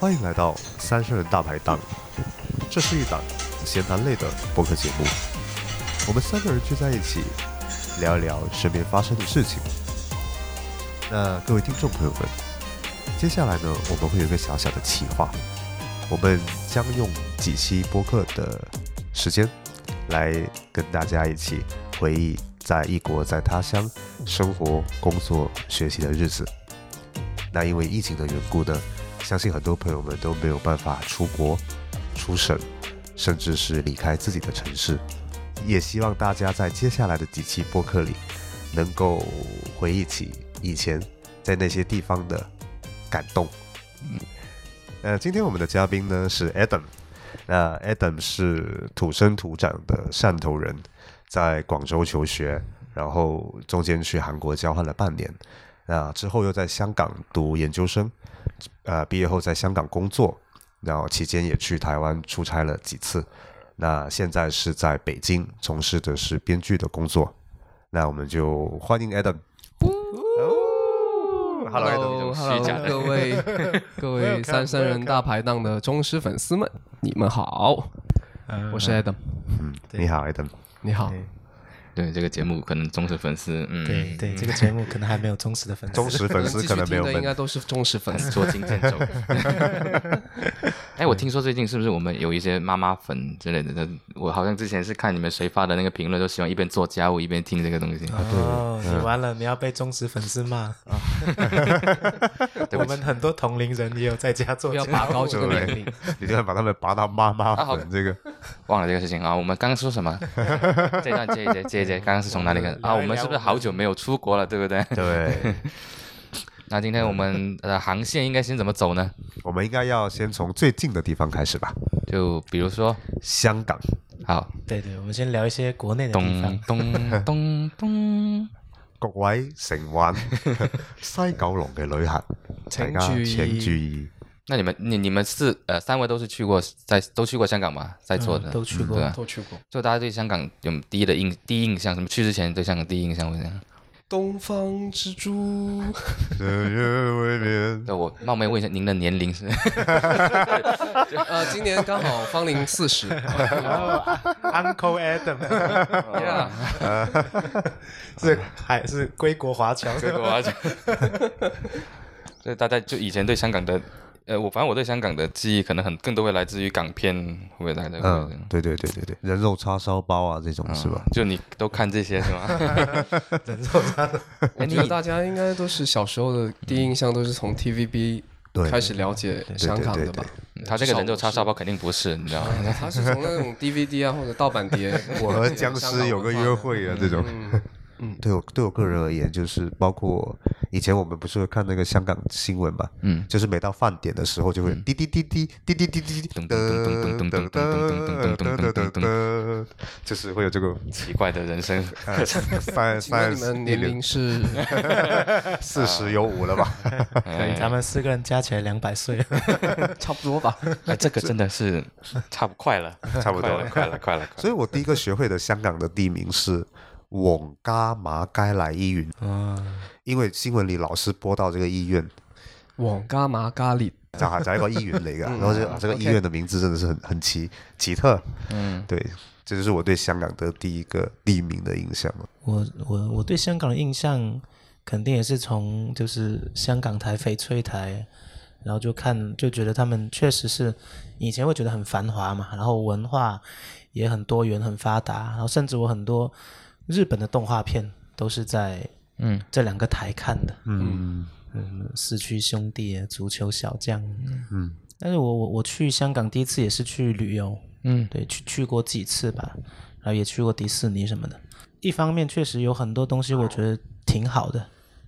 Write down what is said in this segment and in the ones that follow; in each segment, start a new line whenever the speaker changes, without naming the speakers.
欢迎来到三圣人大排档，这是一档闲谈类的播客节目。我们三个人聚在一起，聊一聊身边发生的事情。那各位听众朋友们，接下来呢，我们会有一个小小的企划，我们将用几期播客的时间，来跟大家一起回忆在异国在他乡生活、工作、学习的日子。那因为疫情的缘故呢，相信很多朋友们都没有办法出国、出省，甚至是离开自己的城市。也希望大家在接下来的几期播客里，能够回忆起以前在那些地方的感动。呃，今天我们的嘉宾呢是 Adam，那 Adam 是土生土长的汕头人，在广州求学，然后中间去韩国交换了半年，那之后又在香港读研究生，呃，毕业后在香港工作，然后期间也去台湾出差了几次。那现在是在北京从事的是编剧的工作。那我们就欢迎 Adam。哦 Hello，Adam，
Hello，Hello，
虚假的
各 位各位
Welcome，
三三人大排档的忠实粉丝们，你们好，我是 Adam，
嗯，你好，Adam。
你好，
哎
对这个节目，可能忠实粉丝，嗯，
对对，这个节目可能还没有忠实的粉丝。
忠实粉丝可能没有
继续听的应
问
该都是忠实 粉丝。
捉襟见肘。哎，我听说最近是不是我们有一些妈妈粉之类的？我好像之前是看你们谁发的那个评论，都喜欢一边做家务一边听这个东西。
哦，你
嗯
完了，你要被忠实粉丝骂。
啊
我们很多同龄人也有在家做
不
家
要
务，
拔高这个年 龄，啊
你就要把他们拔到妈妈粉这个，
忘了这个事情啊！我们刚刚说 什么？这一段接一接，接一接。刚刚是从哪里看啊？我们是不是好久没有出国了，对不对？
对，
那今天我们的航线应该先怎么走呢？
我们应该要先从最近的地方开始吧，
就比如说，
香港。
好，
对对，我们先聊一些国内的地
咚
方。
咚咚咚，
各位成灣 西九龍嘅旅客，大
請
家
注意
請注 意，
那你们你你们是呃三位都是去过在都去过香港吧，在座的、
嗯都去过
对啊
都去过
就大家对香港有第一的印第一印象，什么去之前对香港第一印象会怎样？
东方之 珠，
对我冒昧问一下，您的年龄是？
呃，今年刚好芳龄 四十，
Uncle Adam 是还是归国华侨，
对我要讲，所以大家就以前对香港的，呃，我反正我对香港的记忆可能很更多会来自于港片，会不会大家会这样？
嗯，对对对对对，人肉叉烧包啊这种是吧？
就你都看这些 是吗？ 哎
我觉得大家应该都是小时候的第一印象都是从 TVB
对
开始了解香港的吧？
他这个人肉叉烧包肯定不是，你知道吗？
他是从那种 DVD 啊或者盗版碟，
我和僵尸有个约会啊这种。对我对我个人而言，就是包括以前我们不是会看那个香港新闻嘛，嗯，就是每到饭点的时候就会滴滴滴滴滴滴滴滴噔噔噔噔噔噔噔噔噔噔，就是会有这个
奇怪的 人生，
嗯三
请
三
问你们年龄是？
四十有五了吧？
可以，咱们四个人加起来两百 岁。
差不多吧。
哎，这个真的是差不快了，
差 不多
快了，快了，快了。
所以我第一个学会的香港的地名是翁嘎麻该来医 院，
啊
因为新闻里老是播到这个医院，
网咖麻咖喱，
就係就係一個醫院嚟㗎，
嗯
然後就啊這個醫院的名字真的是很很奇奇特，嗯，对，这就是我对香港的第一个地名的印象了。
我我我对香港的印象，肯定也是从就是香港台、翡翠台，然后就看就觉得他们确实是以前会觉得很繁华嘛，然后文化也很多元、很发达，然后甚至我很多日本的动画片都是在嗯这两个台看的，
嗯，
嗯，四驱兄弟啊、足球小将，嗯，但是我我我去香港第一次也是去旅游，嗯，对，去去过几次吧，然后也去过迪士尼什么的。一方面确实有很多东西我觉得挺好的，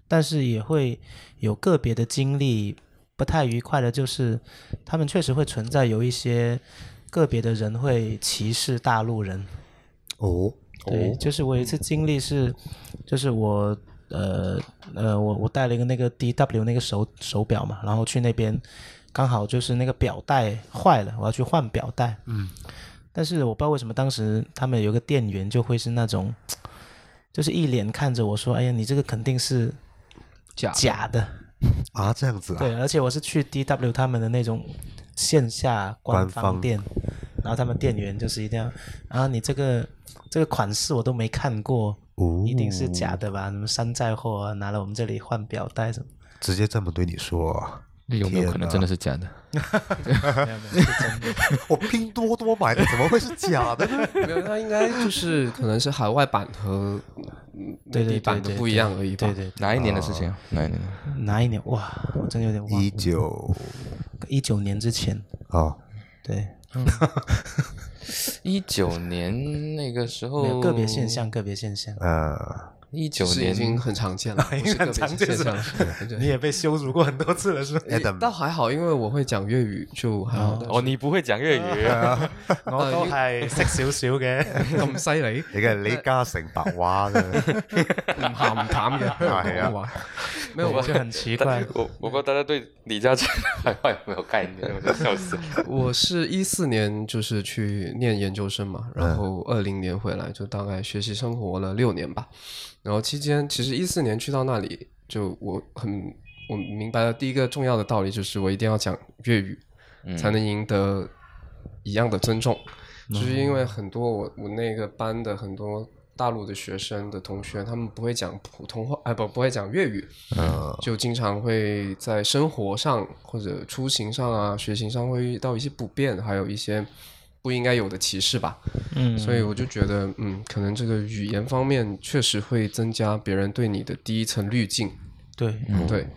但是也会有个别的经历不太愉快的，就是他们确实会存在有一些个别的人会歧视大陆人，
哦，
对，就是我有一次经历是，就是我呃呃，我我带了一个那个 D W 那个手手表嘛，然后去那边刚好就是那个表带坏了，我要去换表带。嗯，但是我不知道为什么当时他们有个店员就会是那种，就是一脸看着我说：“哎呀，你这个肯定是
假的
假的。”
啊，这样子啊，
对，而且我是去 DW 他们的那种线下官方店，然后他们店员就是一定要啊，你这个这个款式我都没看过，
哦
一定是假的吧？什么山寨货啊，拿来我们这里换表带什么？
直接这么对你说，
有没有可
天哪
能真的是假的？
没有没有是真的
我拼多多买的，怎么会是假的 呢？
没有，那应该就是可能是海外版和嗯内
对对
地版
对
的
对，
不一样而已吧。
对对，
哪一年的事情啊？
哦
哪一年的？
对哪一年？哇，我真的有点忘
一
了，
九
一九年之前，
啊，
对，
一九年那个时
没有
候，
个别现。象，个别现象。
呃，
一九
是已
年
经很常见了，不是个别现象了。对呃
你也被羞辱过很多次了，是吧？
Adam
倒还好，因为我会讲粤语，就还好。
哦，你不会讲粤语 啊？
我都係識少少嘅，
咁犀利，
你嘅李嘉誠白話啫，
唔鹹唔淡嘅
係啊
香港話。沒有，我
就很奇 怪。
我我不知道大家对李嘉诚海外有没有概念，我就笑死了。
我是一四年就是去念研究生嘛，然后二零年回来，就大概学习生活了六年吧。然后期间，其实一四年去到那里，就我很我明白了第一个重要的道理，就是我一定要讲粤语，才能赢得一样的尊重。就是因为很多我我那个班的很多大陆的学生的同学，他们不会讲普通话，哎不不会讲粤语，
呃，
就经常会在生活上或者出行上啊、学行上会遇到一些不便，还有一些不应该有的歧视吧。
嗯
所以我就觉得，嗯，可能这个语言方面确实会增加别人对你的第一层滤镜。
对，
对，嗯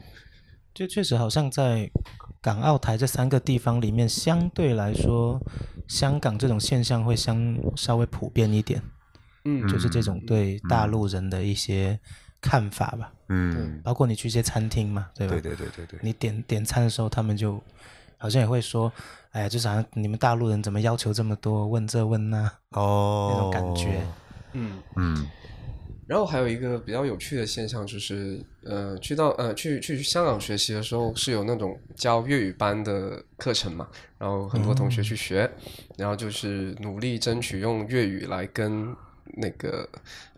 就确实好像在港澳台这三个地方里面，相对来说，香港这种现象会相稍微普遍一点，
嗯，
就是这种对大陆人的一些看法吧。
嗯，
包括你去一些餐厅嘛，对吧？
对对对对对，
你点点餐的时候，他们就好像也会说，哎呀，就是好像你们大陆人怎么要求这么多，问这问那、
哦，
那种感觉，
嗯。
嗯，
然后还有一个比较有趣的现象就是，呃，去到呃去去香港学习的时候是有那种教粤语班的课程嘛，然后很多同学去学，然后就是努力争取用粤语来跟那个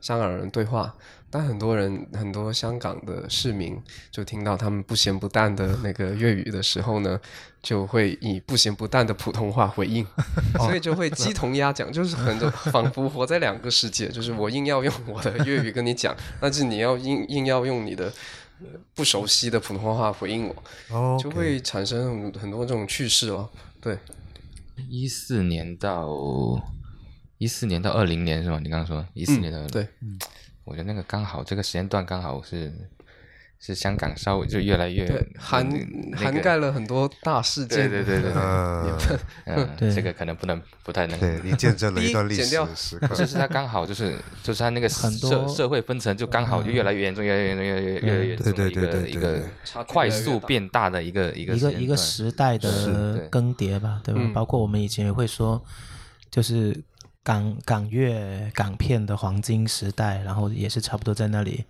香港人对话，但很多人很多香港的市民就听到他们不咸不淡的那个粤语的时候呢，就会以不咸不淡的普通话回应， 所
哦
以就会鸡同鸭讲，就是很多仿佛活在两个世界，就是我硬要用我的粤语跟你讲，但是你要硬硬要用你的。呃不熟悉的普通话回应我，
哦，
就会产生很很多这种趣事哦。对，
一四年到一四年到二零年是吗？你刚刚说一四年到、
嗯
嗯
对，
我觉得那个刚好这个时间段刚好是是香港稍微就越来越
对，涵
那个
涵盖了很多大事
对
件。
对对对对，
呃，
嗯，
对
这个可能不能不太能。
对你见证 了一段历史的时刻，
就是他刚好就是就是他那个
很
社
多嗯
社会分层就刚好就越来越严重，越来越严重，越来越越来越严重
对对
的一个
对对
一个
对
快速变大的一个一个
一
时
个
间
一个
段
时代的更迭吧，对吧？
嗯
包括我们以前也会说，就是港港粤港片的黄金时代，然后也是差不多在那里。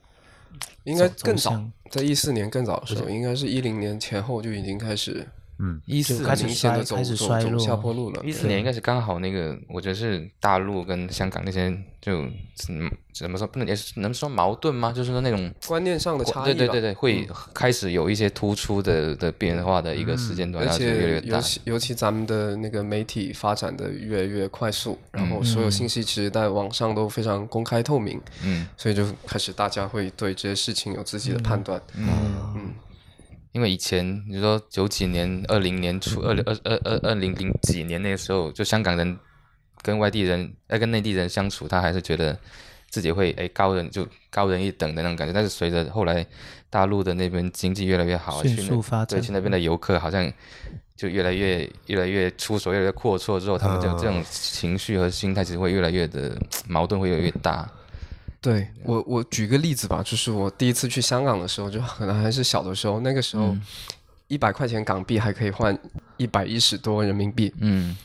应该更
走走
早
向，
在一四年更早的时候，应该是一零年前后就已经开始
嗯
一
就
四
开始
明显的
衰
走
开始
走
衰
走
落
下坡路了。
一四年应该是刚好那个，我觉得是大陆跟香港那些就嗯怎么说不能也是能说矛盾吗？就是说那种
观念上的差异吧，嗯
对对对对，会开始有一些突出的的变化的一个时间
嗯
段，
而
然后就越来越
且
大
尤。其尤其咱们的那个媒体发展的越来越快速，然后所有信息其实在网上都非常公开透明，
嗯，
所以就开始大家会对这些事情有自己的判断。嗯
因为以前你说九几年、二零年初、二零二二二二零零几年那个时候，就香港人跟外地人、呃跟内地人相处，他还是觉得自己会哎高人就高人一等的那种感觉。但是随着后来大陆的那边经济越来越好，啊
迅
去那
速发
对
展
去那边的游客好像就越来越越来越出手，越来越阔绰之后，他们就这种情绪和心态其实会越来越的矛盾会越来越大。
对我，我举个例子吧，就是我第一次去香港的时候，就可能还是小的时候，那个时候
嗯
一百块钱港币还可以换一百一十多人民币，
嗯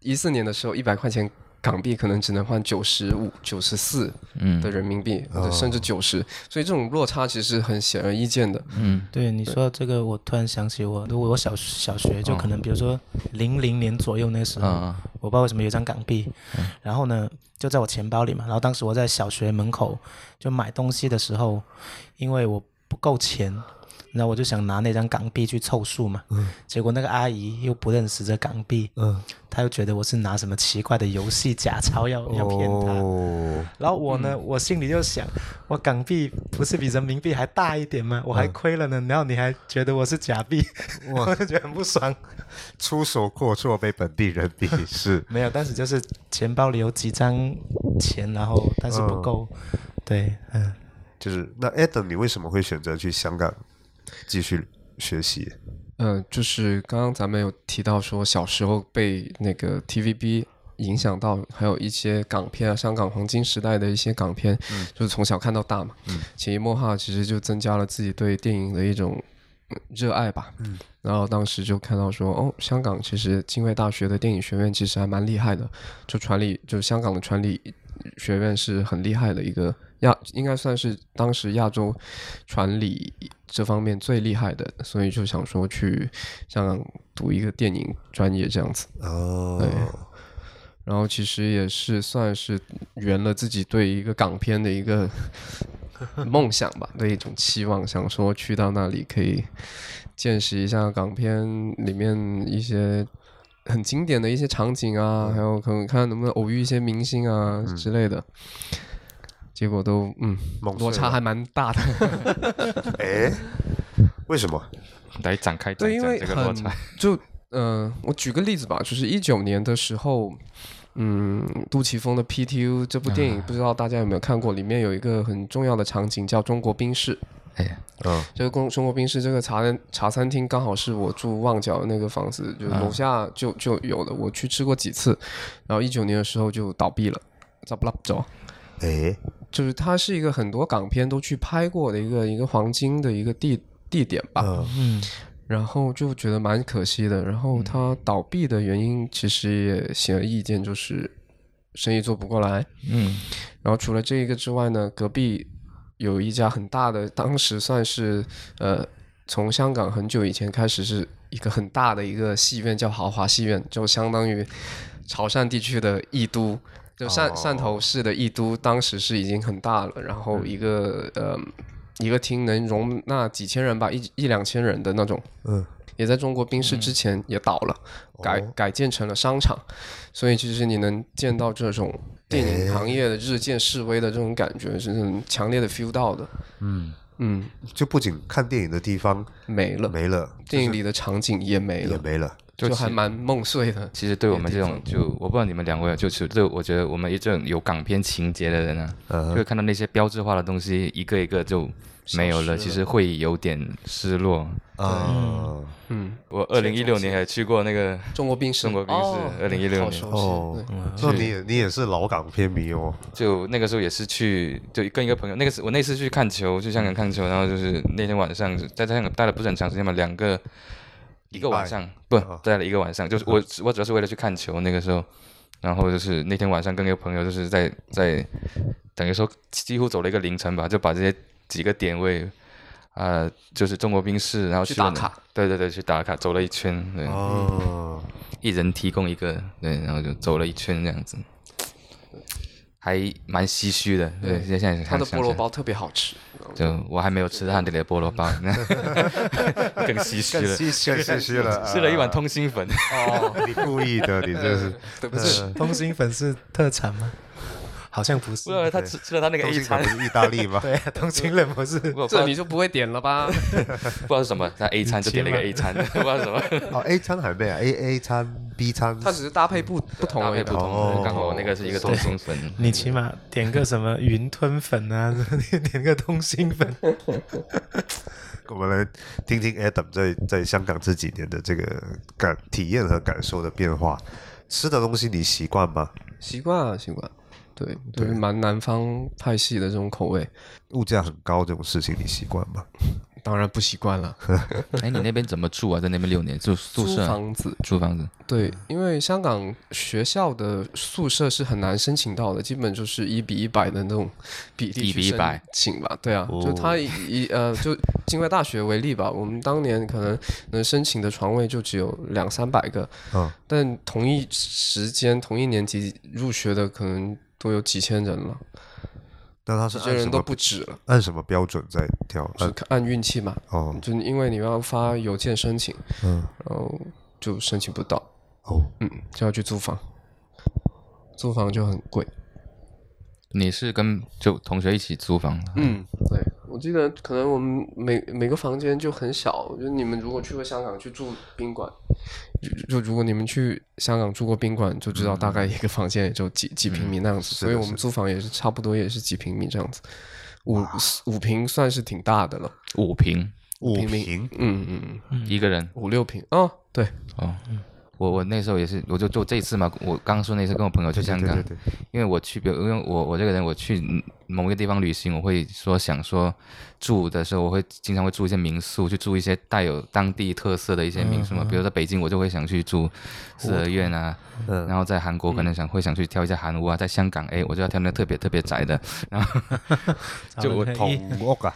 一四年的时候，一百块钱港币可能只能换九十五、九十四
嗯
的人民币，或者甚至九十，所以这种落差其实是很显而易见的。
嗯
对你说到这个，我突然想起我，我我小小学就可能比如说零零年左右那时候，
嗯
我不知道为什么有一张港币，
嗯
然后呢就在我钱包里嘛，然后当时我在小学门口就买东西的时候，因为我不够钱，然后我就想拿那张港币去凑数嘛，结果那个阿姨又不认识这港币，
嗯，
她又觉得我是拿什么奇怪的游戏假钞要要骗她。
哦，
然后我呢，我心里就想，我港币不是比人民币还大一点吗？我
嗯
还亏了呢，然后你还觉得我是假币，我就觉得很不爽。
出手阔绰被本地人鄙视
，没有，当时就是钱包里有几张钱，然后但是不够。对，嗯，
就是那 Adam，你为什么会选择去香港继续学习？
嗯，就是刚刚咱们有提到说，小时候被那个 TVB 影响到，还有一些港片啊，香港黄金时代的一些港片，就是从小看到大嘛，潜移默化，其实就增加了自己对电影的一种嗯热爱吧。嗯，然后当时就看到说，哦，香港其实浸会大学的电影学院其实还蛮厉害的，就传理，就香港的传理学院是很厉害的一个亚，应该算是当时亚洲传理这方面最厉害的，所以就想说去香港读一个电影专业这样子。
哦，
然后其实也是算是圆了自己对一个港片的一个 梦想吧的一种期望，想说去到那里可以见识一下港片里面一些很经典的一些场景啊，还有可能看能不能偶遇一些明星啊
嗯
之类的。结果都嗯，
梦碎
落差
了
还蛮大的。
哎，为什么？
来展开讲
对，因
讲
为
这个落
很
差。
就呃，我举个例子吧，就是一九年的时候，嗯，杜琪峰的《PTU》这部电影，不知道大家有没有看过？里面有一个很重要的场景叫中国兵士。
哎呀，
嗯
这个中中国兵士这个茶餐茶餐厅刚好是我住旺角那个房子，就楼下就就有了，我去吃过几次。然后一九年的时候就倒闭了，咋不拉不着？
哎，
就是它是一个很多港片都去拍过的一个一个黄金的一个地地点吧。
嗯
然后就觉得蛮可惜的。然后它倒闭的原因其实也显而易见，就是生意做不过来。
嗯，
然后除了这一个之外呢，隔壁有一家很大的，当时算是呃，从香港很久以前开始是一个很大的一个戏院，叫豪华戏院，就相当于潮汕地区的艺都。就汕
哦
汕头市的艺都，当时是已经很大了，然后一个呃一个厅能容纳几千人吧，一一两千人的那种。
嗯，
也在中国兵士之前也倒了，改
哦
改建成了商场，所以其实你能见到这种电
哎
影行业的日渐式微的这种感觉，是很强烈的 feel 到的。嗯
就不仅看电影的地方
嗯，没了，
没了，
电影里的场景也没
也
了，
没了，
就还蛮梦碎的。
其实对我们这种，就我不知道你们两位，就是对我觉得我们这种有港片情节的人啊，就会看到那些标志化的东西一个一个就没有了，其实会有点失落。
啊，
嗯，
我二零一六年还去过那个
中国兵士，
中国兵士，二零一六
好
年
熟悉。
哦
对，
那你也你也是老港片迷哦，
就那个时候也是去，就跟一个朋友，那个时我那次去看球，去香港看球，然后就是那天晚上在香港待了不是很长时间嘛，两个一个晚上不
哦
待了一个晚上，就是
嗯
我只我主要是为了去看球那个时候，然后就是那天晚上跟一个朋友就是在在等于说几乎走了一个凌晨吧，就把这些几个点位。呃，就是中国兵士，然后
去打
了
卡，
对对对，去打卡，走了一圈，对，
哦，
一人提供一个，对，然后就走了一圈这样子，还蛮唏嘘的。对，现在
他
看
的
想
菠
起
萝
来，
包特别好吃，
就我还没有吃到他那里的菠萝 包，更唏嘘哦
更
了。
唏嘘，更唏嘘 了，
吃了一碗
啊，
通心粉，
你故意的，你这是
对不起，
嗯
通心粉是特产吗？好像不是
不。知道他吃吃了他那个
东
A
京可
餐
不，是意大利吗？
对啊，通心粉不是。
不知道
这你就不会点了吧？
不知道是什 么，他 A 餐就点了一个 A 餐，不知道是什么
哦，A 餐还没啊，A A 餐、B 餐，
它只是搭配不不同
搭
而
配
已
不
嘛。
同。刚好我那个是一个通心粉，
你起码点个什么云吞粉啊， 点个通心粉。
我们来听听 Adam 在在香港这几年的这个感体验和感受的变化。吃的东西你习惯吗？
习惯啊，习惯。对，就是蛮南方派系的这种口味，
物价很高这种事情你习惯吗？
当然不习惯了。
哎，你那边怎么住啊？在那边六年住宿
租
舍啊、
房子，
租房子？
对，因为香港学校的宿舍是很难申请到的，基本就是一比一百的那种比例
一比
去申
100
请吧。对啊，就他以以呃，就境外大学为例吧，我们当年可能能申请的床位就只有两三百个，
嗯，
但同一时间同一年级入学的可能都有几千人了。
那他是
有
按
些
什
人都
么
不止了，
按什么标准在挑？
就是
按
按运气嘛。
哦
就是因为你要发邮件申请，
嗯
然后就申请不到，
哦，
嗯，就要去租房，租房就很贵。
你是跟就同学一起租房？，
嗯，对，我记得可能我们每每个房间就很小，就你们如果去过香港去住宾馆，就就如果你们去香港住过宾馆，就知道大概一个房间也就几几平米那样子，
嗯是
所以
的
我
是
们
的
租房也是差不多也是几平米这样子，五五平算是挺大的了，
五平
五
平民
平
嗯嗯，嗯，
一个人
五六平哦，对，
哎
哦。
嗯
我我那时候也是，我就就这一次嘛，我刚说那次跟我朋友去香港
对，对对，
因为我去，比如因为我我这个人，我去嗯某一个地方旅行，我会说想说住的时候，我会经常会住一些民宿，去住一些带有当地特色的一些民宿
嗯
嘛。比如在北京，我就会想去住四合院啊，
嗯
然后在韩国可能想会想去挑一下韩屋啊，在香港哎，我就要挑那个特别特别窄的，然后 就我
咱们可以
同屋啊，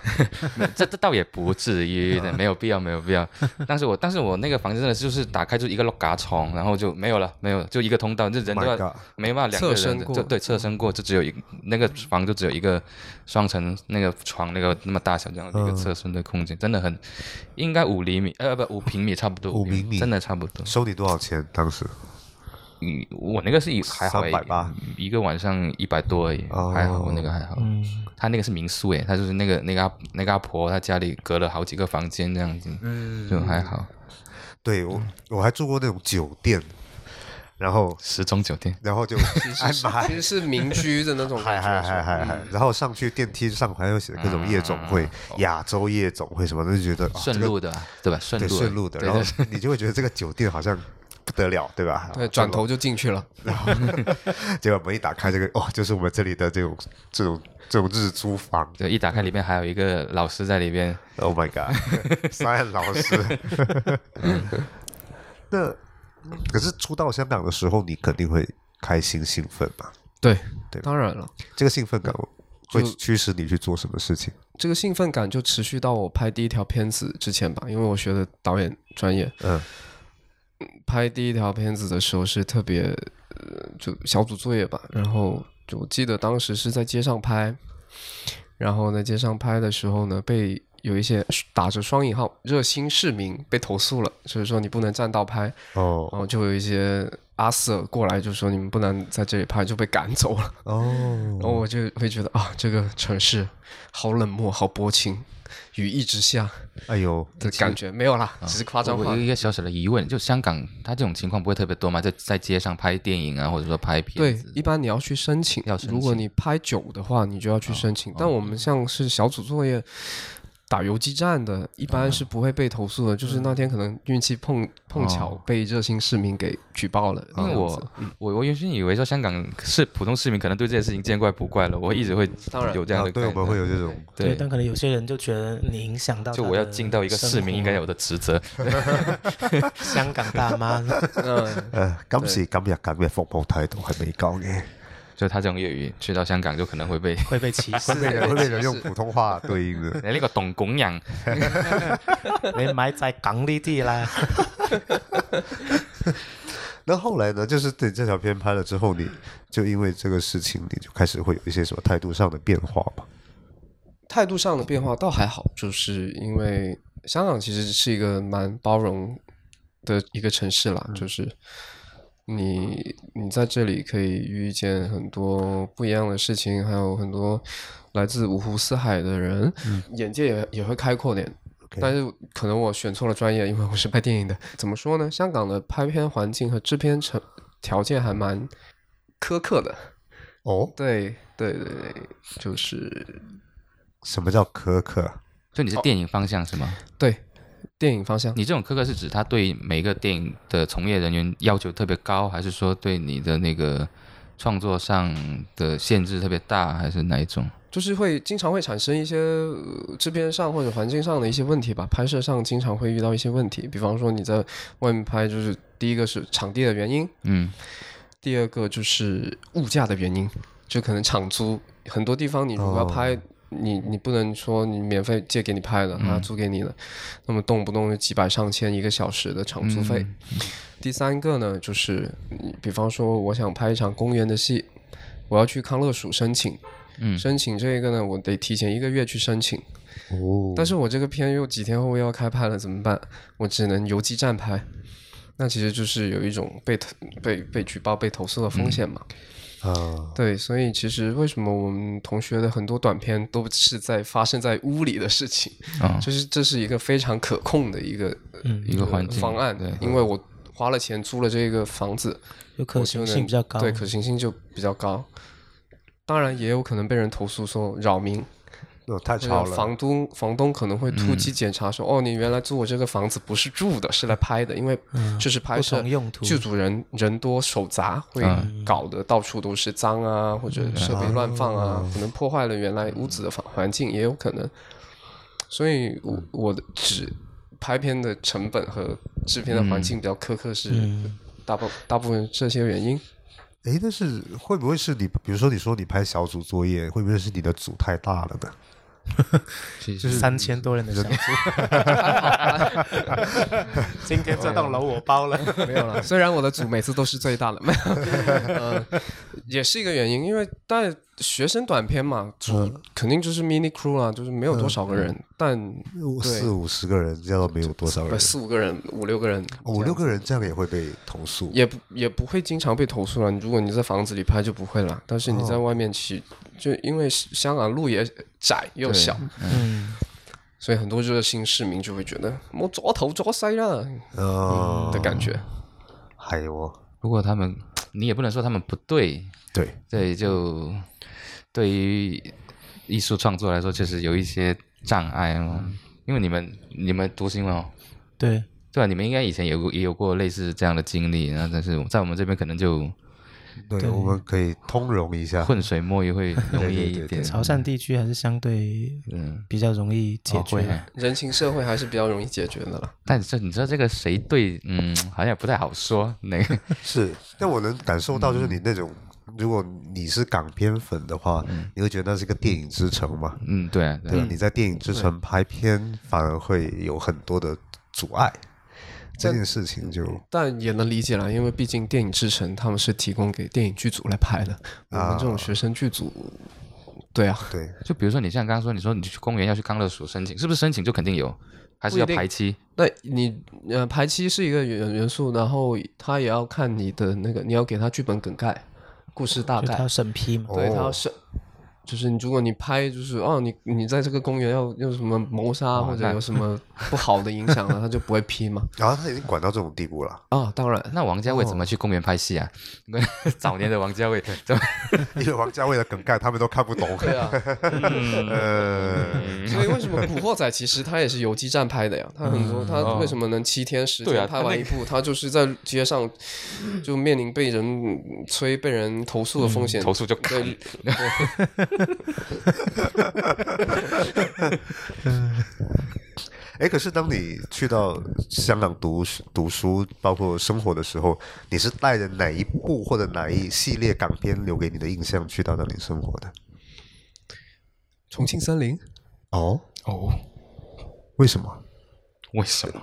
没这这倒也不 至于的，没有必要，没有必要。但是我但是我那个房子真的就是打开就一个落嘎床，然后就没有了，没有了就一个通道，这人都
Oh My
要
God
没办法两个人
侧
的，
身过
就对侧身过，就只有一个那个房就只有一个双层那个床那个那么大小这样的
嗯
一个侧身的空间，真的很应该五厘米呃不五平米差不多
五
平
平米
真的差不多。
收你多少钱？当时
嗯，我那个是以还好诶
380
一嗯个晚上一百多而已，
哦
还好我那个还好。他那个是民宿诶，他就是那个那个阿那个阿婆，她家里隔了好几个房间这样
嗯
子，就还好。
对我
嗯
我还住过那种酒店，然后
时钟酒店，
然后就哎妈
其，实是民居的那种
嗨
感
嗨
觉是
嗨
吧，
嗨
嗯
嗨，然后上去电梯上还有写各种夜总会、亚洲夜总会什么的，就觉得啊
顺
这个
路的吧对吧？顺
对
路
顺路的，
对
然后你就会觉得这个酒店好像不得了，对吧？
对，转头就进去了，
结果门一打开，这个哦，就是我们这里的这种这种这种日租房
对，一打开里面还有一个老师在里边，
，Oh my god，三 老师。那可是初到香港的时候，你肯定会开心兴奋嘛？
对，
对
当然了。
这个兴奋感会
就
驱使你去做什么事情？
这个兴奋感就持续到我拍第一条片子之前吧，因为我学的导演专业，
嗯，
拍第一条片子的时候是特别，呃，就小组作业吧，然后就我记得当时是在街上拍，然后在街上拍的时候呢，被有一些打着双引号热心市民被投诉了，就是说你不能占道拍，
哦
然后就有一些阿 Sir 过来就说你们不能在这里拍，就被赶走了。
哦，
然后我就会觉得啊，这个城市好冷漠，好薄情，雨一直下
哎呦，
的感觉没有啦，只是夸张
啊我
化
有。一个小小的疑问，就香港它这种情况不会特别多吗？在在街上拍电影啊，或者说拍片
对
子，，
一般你要去申请，
要申
如果
请啊
你拍久的话，你就要去申请。但我们像是小组作业。打游击战的，一般
啊
是不会被投诉的，就是
嗯
那天可能运气碰碰巧被热心市民给举报了。
因
这
为
样
啊我、
子
我我原先以为说香港是普通市民，可能对这件事情见怪不怪了，我一直会
当然
有这
然
样
后
的
啊对我们会有这种
对。
但可能有些人就觉得你影响到
就
他
我要
的
尽到一个
生
市民应该
活
有的职责，
香港大妈
嗯，
呃，今時今日咁嘅服務態度係未夠嘅，
就他这种粤语去到香港就可能 会被。
会被歧视，
係會俾人用普通話對應嘅
你呢个懂拱人，
你咪在港呢啲啦。
那后來呢？就是等這條片拍了之後，你就因為這個事情，你就開始會有一些什麼態度上的變化嘛？
态度上的变化倒还好，就是因为香港其实是一个蛮包容的一个城市啦，就是你你在这里可以遇见很多不一样的事情，还有很多来自五湖四海的人，眼界也也会开阔点。
OK
但是可能我选错了专业，因为我是拍电影的。怎么说呢？香港的拍片环境和制片成条件还蛮苛刻的。
哦，
对对对对，就是
什麼叫苛刻？
就你是电影方向是吗？
对，电影方向，
你这种苛刻是指他对每个电影的从业人员要求特别高，还是说对你的那个创作上的限制特别大，还是哪一种？
就是会经常会产生一些、呃制片上或者环境上的一些问题吧，拍摄上经常会遇到一些问题，比方说你在外面拍，就是第一个是场地的原因，
嗯，
第二个就是物价的原因，就可能场租，很多地方你如果要拍，你你不能说你免费借给你拍的，他租给你的，那么动不动就几百上千一个小时的场租费。
嗯
第三个呢，就是你比方说我想拍一场公园的戏，我要去康乐署申请，
嗯
申请这个呢，我得提前一个月去申请，
哦
但是我这个片又几天后要开拍了，怎么办？我只能游击战拍。那其实就是有一种被投被被举报、被投诉的风险嘛。
啊，
对，所以其实为什么我们同学的很多短片都是在发生在屋里的事情，
哦
就是这是一个非常可控的一个、呃
嗯
一个环境
方案
对，
因为我花了钱租了这个房子，
有可
我就
行
能
性比较高。
对，可行性就比较高。当然也有可能被人投诉说扰民，
那太
或者
超了，
房东房东可能会突
嗯
击检查说，哦，你原来租我这个房子不是住的，是来拍的，因为这是拍
嗯不
摄
同用途嗯
剧组人人多手杂，会搞得到处都是脏啊，或者设备乱放啊，
哦
可能破坏了原来屋子的环环境，也有可能。所以我，
嗯
我的只拍片的成本和制片的环
嗯
境比较苛刻，是大部大部分这些原因。
哎，但是会不会是你，比如说你说你拍小组作业，会不会是你的组太大了呢？
其实
三千多人的小组， 今天这栋楼我包了。
没有了。虽然我的组每次都是最大的， 没有，呃，也是一个原因，因为但学生短片嘛，组
嗯
肯定就是 mini crew 啦，就是没有多少个人，但对
四五十个人，这样都没有多少
不
人，
四五个人、五六个人，
五六个人这样也会被投诉。
也不也不会经常被投诉了。如果你在房子里拍就不会了，但是你在外面骑，就因为香港路也窄又小，
嗯，
所以很多热心市民就会觉得我左头左腮啦
哦，
的感觉。
还有哦，
不过他们，你也不能说他们不对，
对，
对，就对于艺术创作来说，确实有一些障碍哦。
嗯
因为你们你们读新闻哦，
对，
对啊吧、你们应该以前有过也有过类似这样的经历，然后但是在我们这边可能就
对，我们可以通融一下。
浑水摸鱼会容易一
对对
点。
潮汕地区还是相对
嗯，
比较容易解
哦
决
会啊
的。
人情社会还是比较容易解决的了。
但是你知道这个谁对，嗯，好像也不太好说。哪个
是， 嗯但我能感受到，就是你那种，如果你是港片粉的话，你会觉得那是个电影之城嘛，
嗯，对啊，
对
对
吧
啊？
你在电影之城拍片，反而会有很多的阻碍，这件事情就
但也能理解啦，因为毕竟电影制成他们是提供给电影剧组来拍的，我们这种学生剧组，对啊，
对，
就比如说你像刚刚说，你说你去公园要去康乐所申请，是不是申请就肯定有，还是要
不一定
排期？
那你呃排期是一个元元素，然后他也要看你的那个，你要给他剧本梗概、故事大
就它
概
要，审批嘛，
对，
哦
他要是。就是你，如果你拍，就是哦，你你在这个公园要有什么谋杀或者
那
有什么不好的影响了，他就不会批 嘛。
然后他已经管到这种地步了，
啊，当然，
那王家卫怎么去公园拍戏啊？ 早年的王家卫怎么？
因为王家卫的梗概他们都看不懂。
对啊，
呃，
所以为什么《古惑仔》其实它也是游击战拍的呀？它很多，它为什么能七天时
嗯哦对啊
间拍完一部？它就是在街上就面临被人催、被人投诉的风险。
嗯投诉就砍
对，
哎，可是当你去到香港读书读书，包括生活的时候，你是带着哪一部或者哪一系列港片留给你的印象去到那里生活的？
重庆森林
哦，
哦，
为什么？
为什么？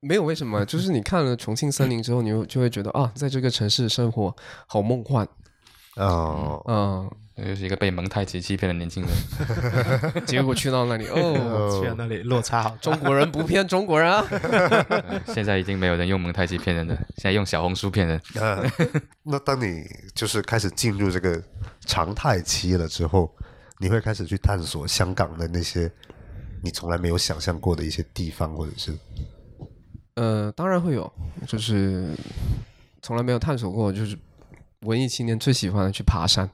没有为什么，就是你看了《重庆森林》之后，你就就会觉得啊，在这个城市生活好梦幻。
哦，
嗯，
又是一个被蒙太奇欺骗的年轻人。
结果去到那里，哦，
去到那里落差好大。
中国人不骗中国人啊。
呃现在已经没有人用蒙太奇骗人了，现在用小红书骗人。
呃，那当你就是开始进入这个常态期了之后，你会开始去探索香港的那些你从来没有想象过的一些地方，或者是
呃，当然会有，就是从来没有探索过，就是文艺青年最喜欢的去爬山。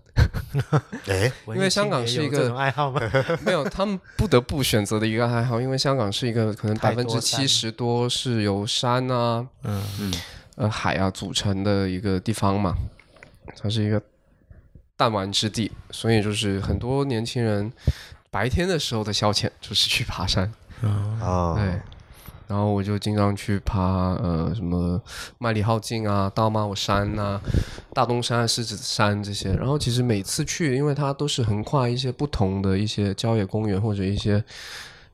哎，
因
因为香港是一个
这种爱好吗？
没有，他们不得不选择的一个爱好，因为香港是一个可能百
太
分
多
之
山
七十多是由山啊、
嗯
呃海啊组成的一个地方嘛，它是一个弹丸之地，所以就是很多年轻人白天的时候的消遣就是去爬山，
啊，
对。然后我就经常去爬呃什么麦理浩径啊、大帽山呐、大东山、狮子山这些。然后其实每次去，因为它都是横跨一些不同的一些郊野公园或者一些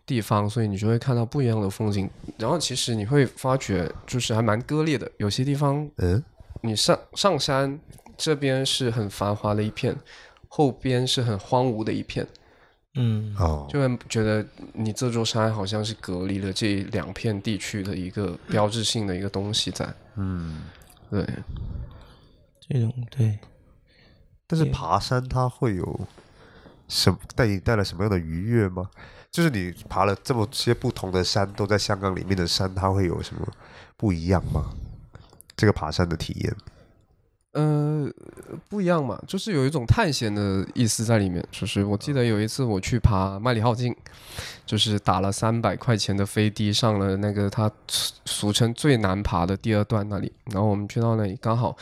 地方，所以你就会看到不一样的风景。然后其实你会发觉，就是还蛮割裂的，有些地方
嗯，
你上上山这边是很繁华的一片，后边是很荒芜的一片，
嗯，
哦，
就会觉得你这座山好像是隔离了这两片地区的一个标志性的一个东西在。
嗯，
对，
这种对，
但是爬山它会有什么带你带来什么样的愉悦吗？就是你爬了这么些不同的山，都在香港里面的山，它会有什么不一样吗？这个爬山的体验，
呃，不一样嘛，就是有一种探险的意思在里面。就是我记得有一次我去爬麦里浩径，就是打了三百块钱的飞的，上了那个它俗俗称最难爬的第二段那里。然后我们去到那里，刚好，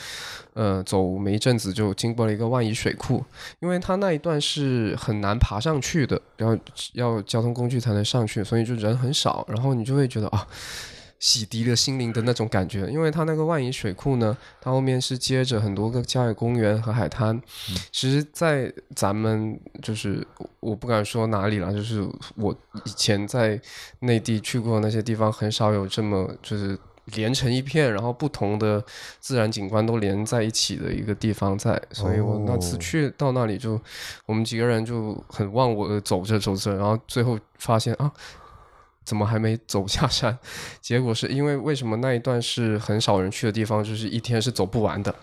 呃，走没一阵子就经过了一个万宜水库，因为它那一段是很难爬上去的，然后要交通工具才能上去，所以就人很少，然后你就会觉得啊。洗涤了心灵的那种感觉，因为它那个万宜水库呢，它后面是接着很多个郊野公园和海滩。其实，在咱们就是我我不敢说哪里了，就是我以前在内地去过那些地方，很少有这么就是连成一片，然后不同的自然景观都连在一起的一个地方在。所以我那次
哦
去到那里就，我们几个人就很忘我的走着走着，然后最后发现啊。怎么还没走下山？结果是因为为什么那一段是很少人去的地方，就是一天是走不完的。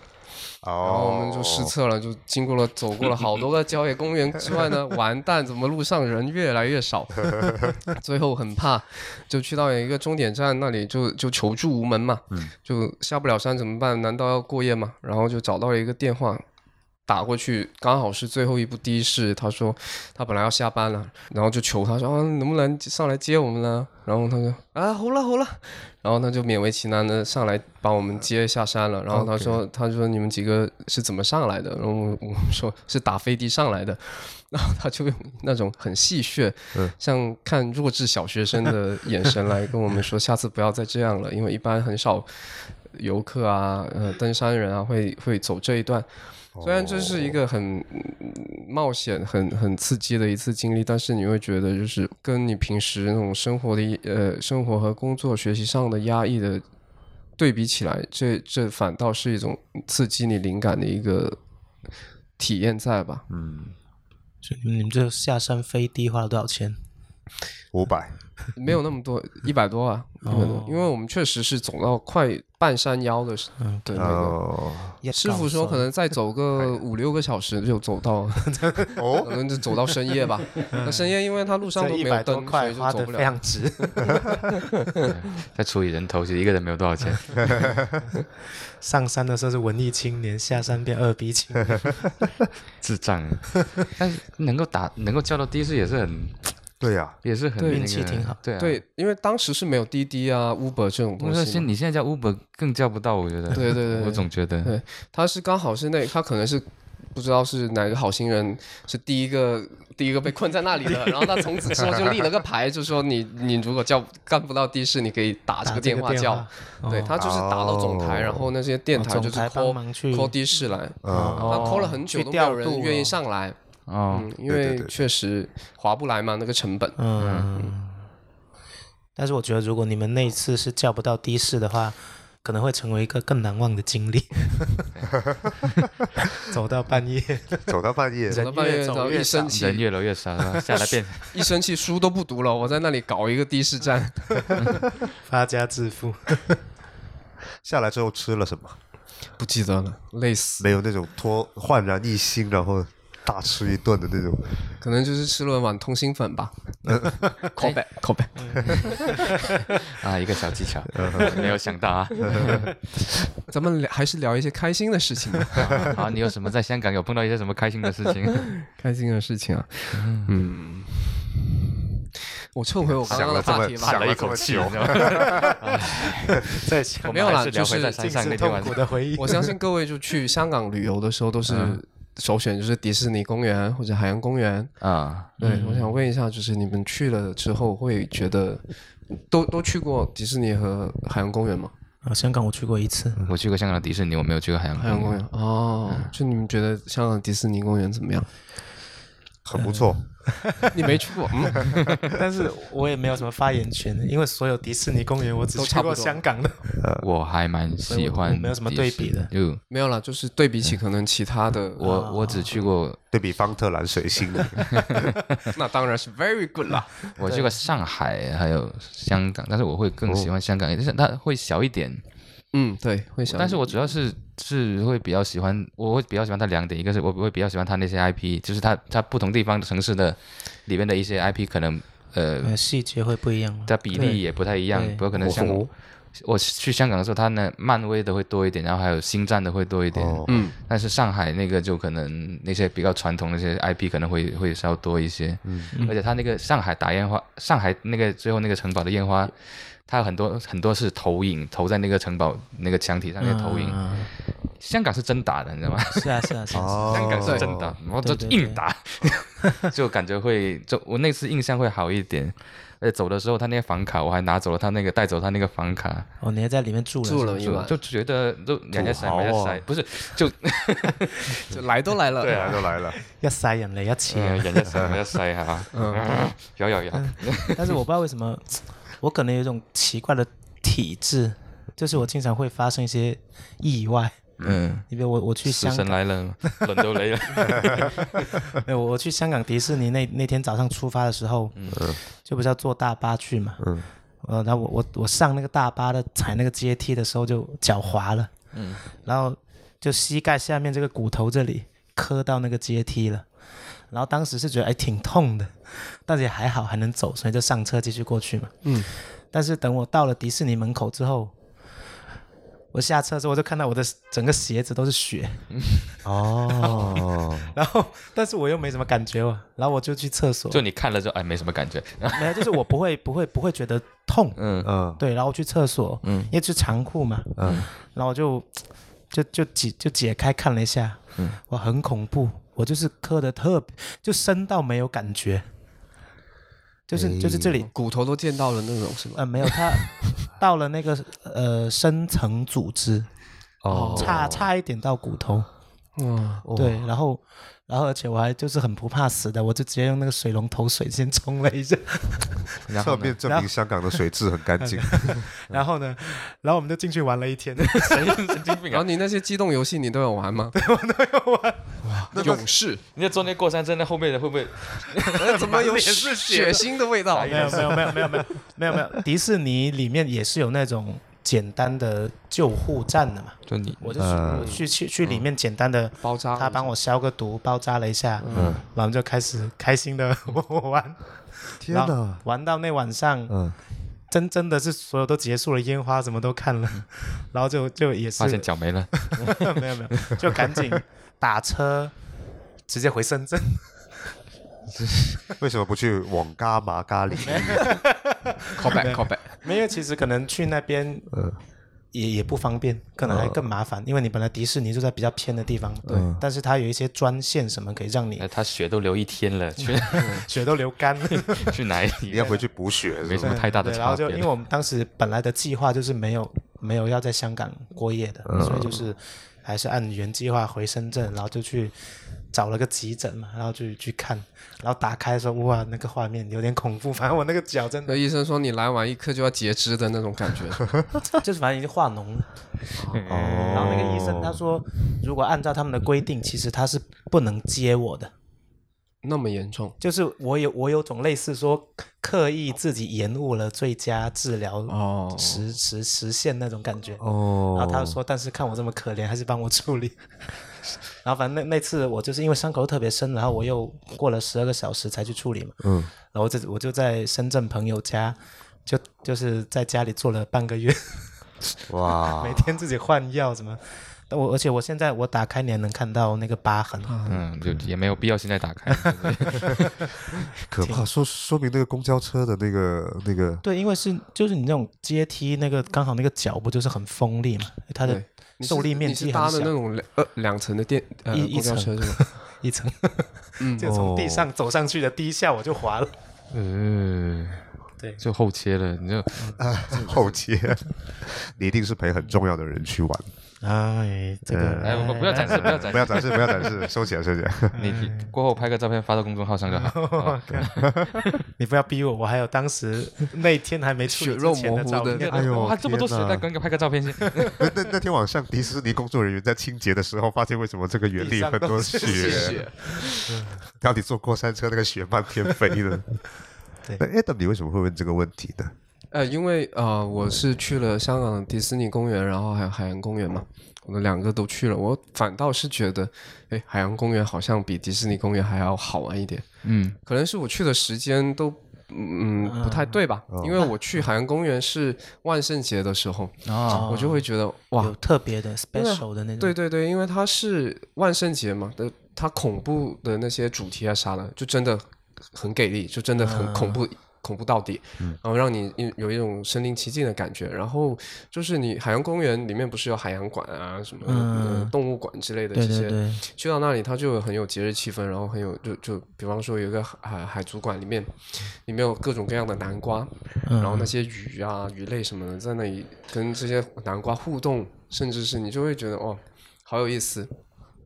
然后我们就失策了，就经过了走过了好多个郊野公园之外呢，完蛋，怎么路上人越来越少？ 最后很怕，就去到一个终点站那里就就求助无门嘛，就下不了山怎么办？难道要过夜吗？然后就找到了一个电话。打过去刚好是最后一部的士，他说他本来要下班了，然后就求他说啊能不能上来接我们呢？然后他说啊好了好了，然后他就勉为其难的上来把我们接下山了。然后他说他说你们几个是怎么上来的？然后我我说是打飞的上来的。 然后他就用那种很戏谑，像看弱智小学生的眼神来跟我们说，下次不要再这样了，因为一般很少游客啊，呃，登山人啊会会走这一段。虽然这是一个很嗯冒险、很很刺激的一次经历，但是你会觉得，就是跟你平时那种生活的呃生活和工作、学习上的压抑的对比起来，这这反倒是一种刺激你灵感的一个体验在吧？
嗯，
所以你们你们这下山飞的花了多少钱？
五百，
没有那么多，一百多啊，一百多，因为我们确实是走到快半山腰的时，
嗯
对那个。
哦，
师傅说，可能 再走个五六个小时就走到，可能就走到深夜 吧。那深夜因为它路上都
哦一
没
百
有
多
灯，所
块
以
花
就走不
的非
了。
常值。
再除以人头，其实一个人没有多少钱。
上山的时候是文艺青年，下山变二逼青年。
智障啊，但是能够打能够叫到的士也是很
对呀，
也是很
对
那
运气
个
挺好
对啊。
对，因为当时是没有滴滴啊、Uber 这种
我
东
说
西
现
嘛，
你现在叫 Uber 更叫不到，我觉得。
对对对对
我总觉得
对他是刚好是那，他可能是不知道是哪个好心人，是第一个第一个被困在那里的，然后他从此之后就立了个牌，就说你你如果叫干不到的士，你可以打这
打
个
这
电
个
话
电
叫，
话，
对
哦
他就是打到总台，
哦
然后那些电
哦
台
总
就是
台帮
call
忙去
call 的士来，
嗯，
他 call 了很
去
久都没有
调度
人愿意
哦
上来，
哦，
嗯，因
对对
为
对
确实划不来嘛，那个成本。
嗯，但是我觉得，如果你们那一次是叫不到的士的话，可能会成为一个更难忘的经历。 走到半夜，
走到半夜，
走到半夜，
越走
然后
越
一生气，
人越来越少，然后下来 变
一生气书都不读了，我在那里搞一个的士站，
发家致富，
下来之后吃了什么？
不记得了，累死。
没有那种脱焕然一新，然后大吃一顿的那种。
可能就是吃了碗通心粉吧。口碑，口碑。
啊，一个小技巧， 没有想到 啊。
咱们聊还是聊一些开心的事情吧，
好，你有什么在香港有碰到一些什么开心的事情？
开心的事情啊。嗯，我撤回我刚刚的话题
想
吧。
了一口气
你知道吗
在想
我
没
们
有啦
还是聊 回在
尽
山上
是
那天
痛
晚
苦
上。
的回忆。
我相信各位就去香港旅游的时候，都是首选就是迪士尼公园或者海洋公园。
啊，
对，我想问一下，就是你们去了之后会觉得，都都去过迪士尼和海洋公园吗？
啊，香港我去过一次，
我去过香港的迪士尼，我没有去过海洋
海洋
公
公
园。嗯
园哦，就你们觉得香港迪士尼公园怎么样？
很不错，
嗯
你没去 过，嗯，
但是我也没有什么发言权，因为所有迪士尼公园我只
都
去
差不
过
多
香港的。
嗯我还蛮喜
所以
欢，
我没有什么对比的
就嗯
没有啦，就是对比起可能其他的，
我我只去过
对比方特蓝水星 的
那当然是 very good 啦。
我去过上海还有香港，但是我会更喜欢香港，但是它会小一点。
嗯，对，会想。
但是我主要是是会比较喜欢，我会比较喜欢它两点，一个是我会比较喜欢它那些 IP，就是它它不同地方城市的里面的一些 IP，可能呃
呃细节会不一样。啊
它比例也不太一样，
对
不过可能像我我去香港的时候，它呢漫威的会多一点，然后还有星战的会多一点，
哦
嗯，
但是上海那个就可能那些比较传统的那些 IP 可能会会稍多一些，嗯，而且它那个上海打烟花，上海那个最后那个城堡的烟花，它很多很多是投影投在那个城堡那个墙体上面投影，
啊
香港是真打的，你知道吗？
是啊是啊是啊是啊，
哦，
香港是真打，我就
对对对
硬打，就感觉会就我那次印象会好一点。而且走的时候，他那个房卡我还拿走了，他那个带走他那个房卡，
哦，你还在里面住了？
住了一
就
晚，
就觉得就两家塞
土豪
买家
啊
塞，不是就
就来都来了。
对啊，都来了，
一世人嚟一次。
人家嗯塞买家塞哈，有有有，
但是我不知道为什么，我可能有一种奇怪的体质，就是我经常会发生一些意外。
嗯，
因为我我去
死
香
神
港，
来了，轮都来了，
没有我我去香港迪士尼那那天早上出发的时候，就不是要坐大巴去嘛，
嗯
呃，然后我我我上那个大巴的踩那个阶梯的时候就脚滑了，
嗯，
然后就膝盖下面这个骨头这里磕到那个阶梯了，然后当时是觉得哎挺痛的，但是也还好还能走，所以就上车继续过去嘛。
嗯，
但是等我到了迪士尼门口之后，我下车之后我就看到我的整个鞋子都是血，
哦，
然后但是我又没什么感觉哦，然后我就去厕所，
就你看了就哎没什么感觉，
没有，就是我不会不会不会觉得痛，
嗯
嗯
对，然后去厕所，
嗯
因为是长裤嘛，
嗯，
然后我就就就解就解开看了一下，
嗯，
哇，很恐怖，我就是磕的特别，就深到没有感觉，就是、就是这
哎
里，
骨头都见到了那种是吧？
呃，没有，它到了那个呃深层组织，
哦
差差一点到骨头，
嗯
哇，
哦
对，然后然后而且我还就是很不怕死的，我就直接用那个水龙头水先冲了一下。
然后
侧
呢
面证明香港的水质很干净，
然后呢，然后我们就进去玩了一天，
神神经病
然后
啊！
你那些机动游戏你都有玩 吗？对，我都有玩。哇，勇士，
你在坐那过山车那后面的会不会？
呃怎么有
脸是哎
血腥的味道？
哎没有没有没有没有没有没有没有，迪士尼里面也是有那种简单的救护站的嘛。
就你
我就去、
嗯
我去去去里面简单的，
包扎，
他帮我消个毒，包扎了一下，嗯，然后我们就开始开心的 玩，
天
然后
哪，
玩到那晚上，
嗯，
真真的是所有都结束了，烟花什么都看了，然后就就也是
发现脚没了，
没有没有，就赶紧打车直接回深圳。
为什么不去网咖麻咖喱？
call back call back。
没有，其实可能去那边，
嗯
也也不方便，可
嗯
能还更麻烦，因为你本来迪士尼就在比较偏的地方，对，但是它有一些专线什么可以让你
哎他血都流一天了，去
血都流干了，
去哪里？
你要回去补血是
没
吗？
什么 太大的
对，然后
差别
就因为
了。
我们当时本来的计划就是没有没有要在香港过夜的，
嗯
所以就是还是按原计划回深圳，然后就去找了个急诊嘛，然后去去看，然后打开的时候，哇，那个画面有点恐怖，反正我那个脚真的
那医生说你来晚一刻就要截肢的那种感 觉，
就是反正已经化脓了。
嗯
然后那个医生
哦
他说，
哦
如果按照他们的规定，其实他是不能接我的。
那么严重
就是我有我有种类似说刻意自己延误了最佳治疗
哦
时时时限那种感觉。
哦
然后他就说，但是看我这么可怜，还是帮我处理。然后反正那那次我就是因为伤口特别深，然后我又过了十二个小时才去处理嘛。嗯。然后这我就在深圳朋友家，就就是在家里坐了半个月。
哇
每，天自己换药什么。但我而且我现在我打开你还能看到那个疤痕，
嗯，就也没有必要现在打开。
可怕！说说明那个公交车的那个那个，
对，因为是就是你那种阶梯那个刚好那个脚不就是很锋利嘛，它的
对你是
受力面积
你是
很
搭的那
小，
种两呃两层的电呃
一一
公交车
层
是 吧？
一层，
嗯
就从地上走上去的第一下我就滑了。
嗯，
对
就后切了，你就
后街，你一定是陪很重要的人去玩。
哎，这个
哎，我不要展示，不要展
不
示，
要展示，不要展示，收起来，收起来。
你你过后拍个照片发到公众号上就好。哦
你不要逼我，我还有当时那天还没处理之前照
血肉模糊的
片，
哎呦
哇，这么多时
天哪
代，赶紧拍个照片先。
那那那天晚上，迪士尼工作人员在清洁的时候，发现为什么这个原
地
理
上
很
都
多
是
血， 到底坐过山车那个血漫天飞的。
对
那 Adam，你为什么会问这个问题呢？
呃，因为呃，我是去了香港迪士尼公园，然后还有海洋公园嘛，我们两个都去了。我反倒是觉得，哎，海洋公园好像比迪士尼公园还要好玩一点。
嗯
可能是我去的时间都嗯嗯不太对吧？因为我去海洋公园是万圣节的时候，
啊，
我就会觉得哇
有，特别的
为
special 的那种，
啊对对对，因为它是万圣节嘛，的它恐怖的那些主题啊啥的，就真的很给力，就真的很恐
嗯
怖。恐怖到底，然后让你一有一种身临其境的感觉。然后就是你海洋公园里面不是有海洋馆啊、什么、呃
嗯
动物馆之类的这
对
些，
对对，
去到那里它就有很有节日气氛，然后很有就就比方说有一个海海海族馆里面，里面有各种各样的南瓜，
嗯
然后那些鱼啊、鱼类什么的，在那里跟这些南瓜互动，甚至是你就会觉得哦，好有意思，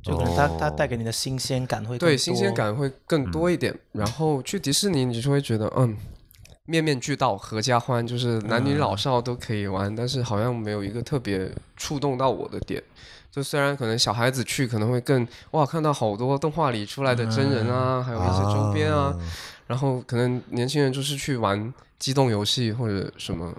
就可能它它带给你的新鲜感会更
对，新鲜
多，嗯
感会更多一点。然后去迪士尼，你就会觉得嗯，面面俱到，合家欢，就是男
嗯
女老少都可以玩，但是好像没有一个特别触动到我的点。就虽然可能小孩子去可能会更哇，看到好多动画里出来的真人啊，还有一些周边啊，然后可能年轻人就是去玩机动游戏或者什么。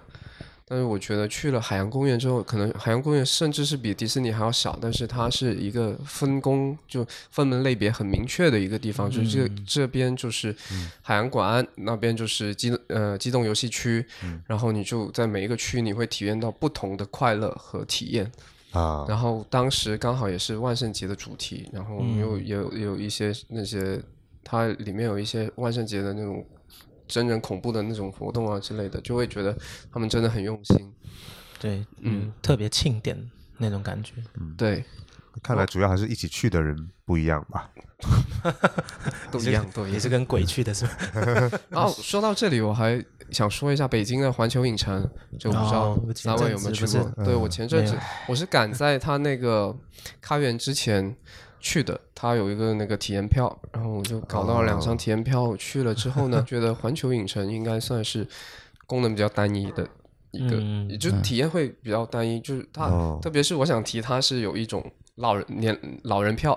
但是我觉得去了海洋公园之后，可能海洋公园甚至是比迪士尼还要小，但是它是一个分工就分门类别很明确的一个地方，就是这这边就是海洋馆，那边就是机呃机动游戏区，然后你就在每一个区你会体验到不同的快乐和体验。
啊，
然后当时刚好也是万圣节的主题，然后又
嗯
有有一些那些，它里面有一些万圣节的那种真人恐怖的那种活动啊之类的，就会觉得他们真的很用心。
对，嗯，特别庆典那种感觉，
对，
看来主要还是一起去的人不一样吧。
都一样，都一
也
样
是。跟鬼去的是吧？
然后说到这里，我还想说一下北京的环球影城，就不知道
哦
三位有没有去过
前阵子？嗯
对我前阵子
没
我是赶在他那个开园之前去的，他有一个那个体验票，然后我就搞到了两张体验票。我去了之后 呢，觉得环球影城应该算是功能比较单一的。一个，
嗯
也就体验会比较单一，就是它，
哦
特别是我想提，它是有一种老人年老人票，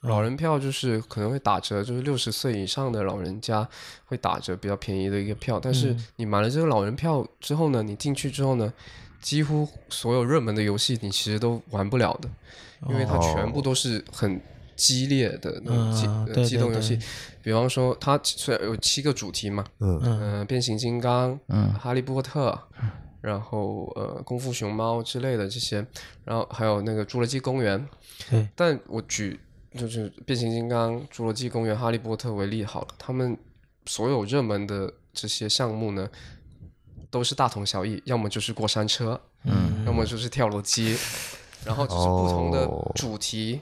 老人票就是可能会打折，就是六十岁以上的老人家会打折比较便宜的一个票。但是
嗯
你买了这个老人票之后呢，你进去之后呢，几乎所有热门的游戏你其实都玩不了的，因为它全部都是很激烈的那种激、
嗯
呃、
哦对
激动游戏
对。
比方说，它虽然有七个主题嘛，
嗯
嗯、变形金刚，嗯，哈利波特，然后呃，功夫熊猫之类的这些，然后还有那个侏罗纪公园，
对，
但我举就是变形金刚、侏罗纪公园、哈利波特为例好了，他们所有热门的这些项目呢，都是大同小异，要么就是过山车，嗯，要么就是跳楼机，然后只是不同的
哦
主题。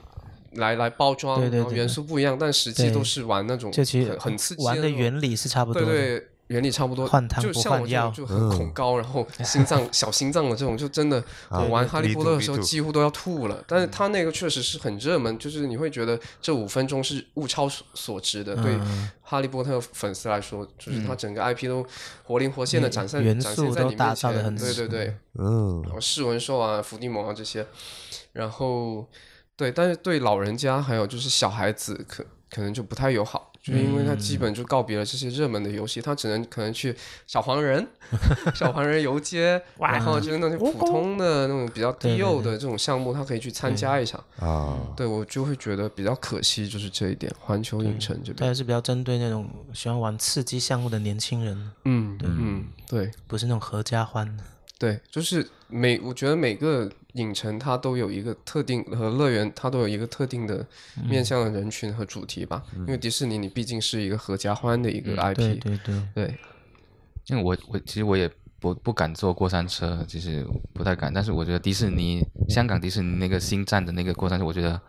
来来包装，
对对
然后
对
元
对
素不一样，但实际
对
都是玩那种
这其实
很很刺激
玩
的
的
那种
原理是差不多
对
的，
对，原理差不多。
换汤
就
不
像我
换
这种
药
就很恐高，然后心脏 小心脏的这种，就真的我玩哈利波特的时候
me too，me too
几乎都要吐了。但是他那个确实是很热门，就是你会觉得这五分钟是物超所值的。对哈利波特粉丝来说，就是他整个 IP 都活灵活现的展现
元
展现
素
在
都
你
打
面
造得
前。
很
对对对，
嗯
然后噬魂兽啊、伏地魔啊这些，然后对，但是对老人家还有就是小孩子可可能就不太友好，就因为他基本就告别了这些热门的游戏，他只能可能去小黄人、 小黄人游街，然后就是那些普通的那种比较低幼的这种项目，他可以去参加一下。
啊，
对我就会觉得比较可惜，就是这一点，环球影城这
它
边
还，是比较针对那种喜欢玩刺激项目的年轻人，
嗯嗯，对。
不是那种合家欢。
对，就是每我觉得每个影城它都有一个特定和乐园，它都有一个特定的
嗯
面向的人群和主题吧。因为迪士尼你毕竟是一个合家欢的一
嗯
个 IP，、
对对对，
对
因为我我其实我也不不敢坐过山车，其实不太敢。但是我觉得迪士尼香港迪士尼那个新站的那个过山车，我觉得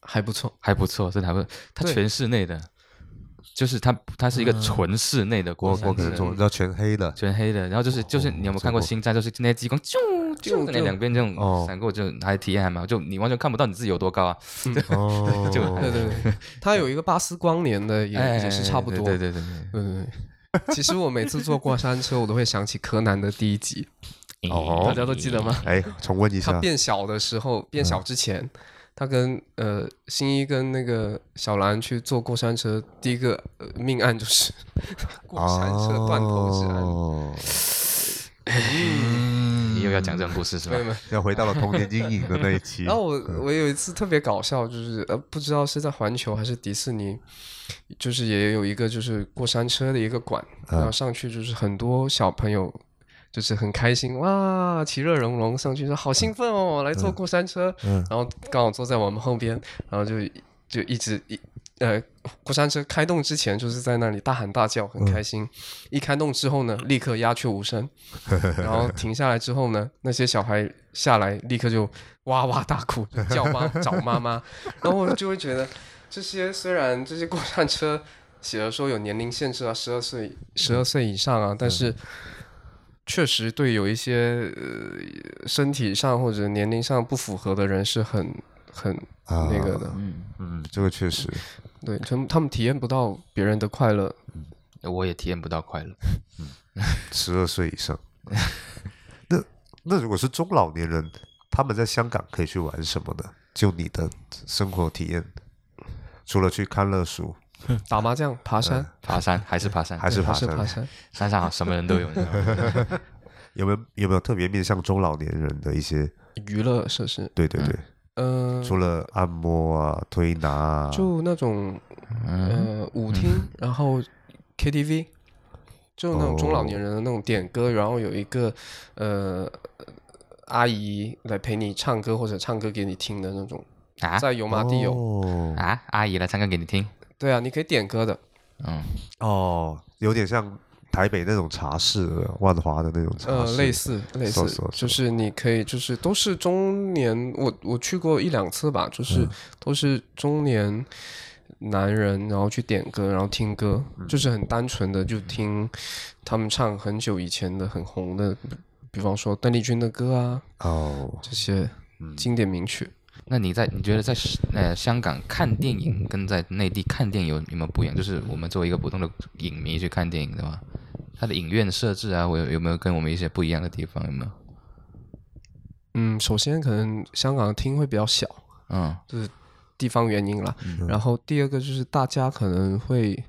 还不错。
还不错，真的还不错。它
对嗯
全室内的，就是它它是一个纯室内的国
我
国
我可
歌
能做，你知道全黑的，
全黑的，然后
哦
就是就是你有没有看过《星战》？就是那些激光啾啾那两边这种
哦
闪过，就还体验还蛮好，就你完全看不到你自己有多高啊，
哦，
就
对对 对，它有一个巴斯光年的也
哎
也是差不多。
对对对对
对对对。其实我每次坐过山车，我都会想起柯南的第一集，
对，
哦
大家都记得吗？
哎，重温一
他
下，
变小的时候，变小之前，他跟呃新一跟那个小兰去坐过山车，第一个、呃命案就是 过山车断头之案。嗯
哦，
你又要讲这种故事是吧
没有？没有
要回到了童年阴影的那一 期。
然后我我有一次特别搞笑，就是呃不知道是在环球还是迪士尼，就是也有一个就是过山车的一个馆，然后上去就是很多小朋友。就是很开心哇，其乐融融上去说好兴奋哦，来坐过山车，然后刚好坐在我们后边，然后就就一直一呃过山车开动之前就是在那里大喊大叫，很开心。一开动之后呢，立刻鸦雀无声，然后停下来之后呢，那些小孩下来立刻就哇哇 大哭，就叫妈找妈妈，然后我就会觉得这些虽然这些过山车写的说有年龄限制啊，十二岁十二岁以上
嗯
啊，但是。确实对有一些呃身体上或者年龄上不符合的人是很很
啊
那个的，
嗯，这个确实，
对，他们他们体验不到别人的快乐，
我也体验不到快乐。
十二岁以上。那那如果是中老年人，他们在香港可以去玩什么呢？就你的生活体验，除了去看乐书，
打麻将、爬山，
爬山还是爬山，
还是嗯爬
还是
山？
爬山。
山上好什么人都有，你知道 吗
有没有有没有特别面向中老年人的一些？
娱乐设施，
对对对，
嗯、
除了按摩啊、推拿啊，嗯
就那种呃舞厅，然后 KTV，就那种中老年人的那种点歌，然后有一个呃阿姨来陪你唱歌或者唱歌给你听的那种，
啊
在油麻地有，
哦
啊！阿姨来唱歌给你听，
对啊，你可以点歌的，
嗯，
哦，有点像台北那种茶室、万华的那种茶
呃，
室，
类似类似
搜索，搜
就是你可以，就是都是中年，我我去过一两次吧，就是都是中年男人，然后去点歌，然后听歌，就是很单纯的就听他们唱很久以前的很红的，比比方说邓丽君的歌啊，
哦，
这些经典名曲。
那你在你觉得在呃香港看电影跟在内地看电影有有没有不一样？就是我们作为一个普通的影迷去看电影的话，它的影院设置啊，我有有没有跟我们一些不一样的地方？有没有？
嗯，首先可能香港的厅会比较小，
嗯，
就是地方原因啦。然后第二个就是大家可能会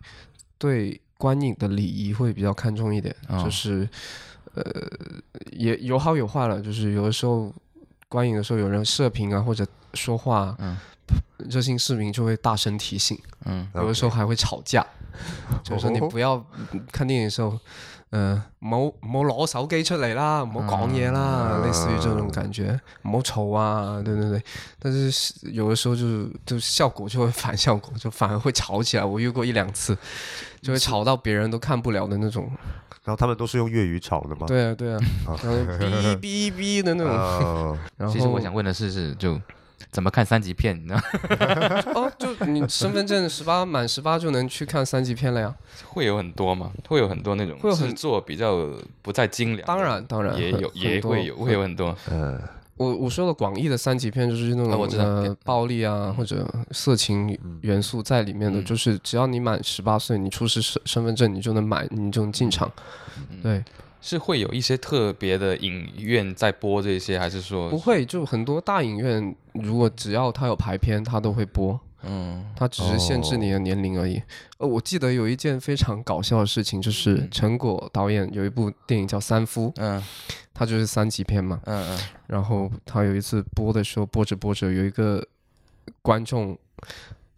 对观影的礼仪会比较看重一点，
哦
就是呃也有好有坏了，就是有的时候观影的时候有人射频啊或者说话，
嗯，
热心市民就会大声提醒，
嗯，
有的时候还会吵架，就是说你
哦
不要看电影的时候。呃，冇冇攞手機出嚟啦，唔好講嘢啦，類似於這種感覺，唔好嘈啊，對對對。但是有的時候就是就效果就會 反效果，就反而會吵起來。我遇过一两次，就会吵到别人都看不了的那种。
然后他们都是用粤语炒的吗？
对啊对啊，然后 哔哔哔的那种。
哦，
然后
其实我想问的是，是就怎么看三级片？你知道吗
哦，就你身份证十八满十八就能去看三级片了呀？
会有很多吗？会有很多那种
会有很
制作比较不再精良的，
当然当然
也
很
有
很
也
多
会有会有很多，
嗯
我我说的广义的三级片就是那种、
啊我知道嗯
呃暴力啊或者色情元素在里面的，就是只要你满十八岁，你出示身身份证，你就能买，你就能进场。
嗯
对，
是会有一些特别的影院在播这些，还是说
不会，就很多大影院，如果只要它有排片，它都会播，
嗯
它只是限制你的年龄而已。呃，我记得有一件非常搞笑的事情，就是陈果导演有一部电影叫《三夫》，
嗯
它就是三级片嘛。
嗯嗯
然后他有一次播的时候，播着播着有一个观众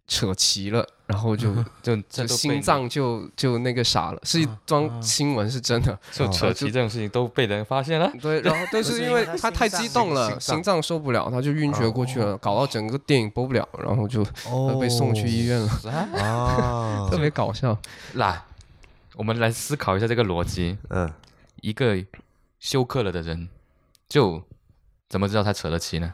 扯旗了，然后就
就这
就
都被
心脏就就那个啥了，是一桩新闻，是真的。
哦就扯旗这种事情都被人发现了，
对，然后但
不
是
是
因
因
为
为他
他太
心脏
激动了，
心
心
脏
脏受不了，他就晕厥过去了，搞到整个电影播不了，然后就
哦
被送去医院 了，
啊
啊
特别搞笑。
那我们来思考一下这个逻辑：
嗯，
一个休克了的人，就怎么知道他扯了旗呢？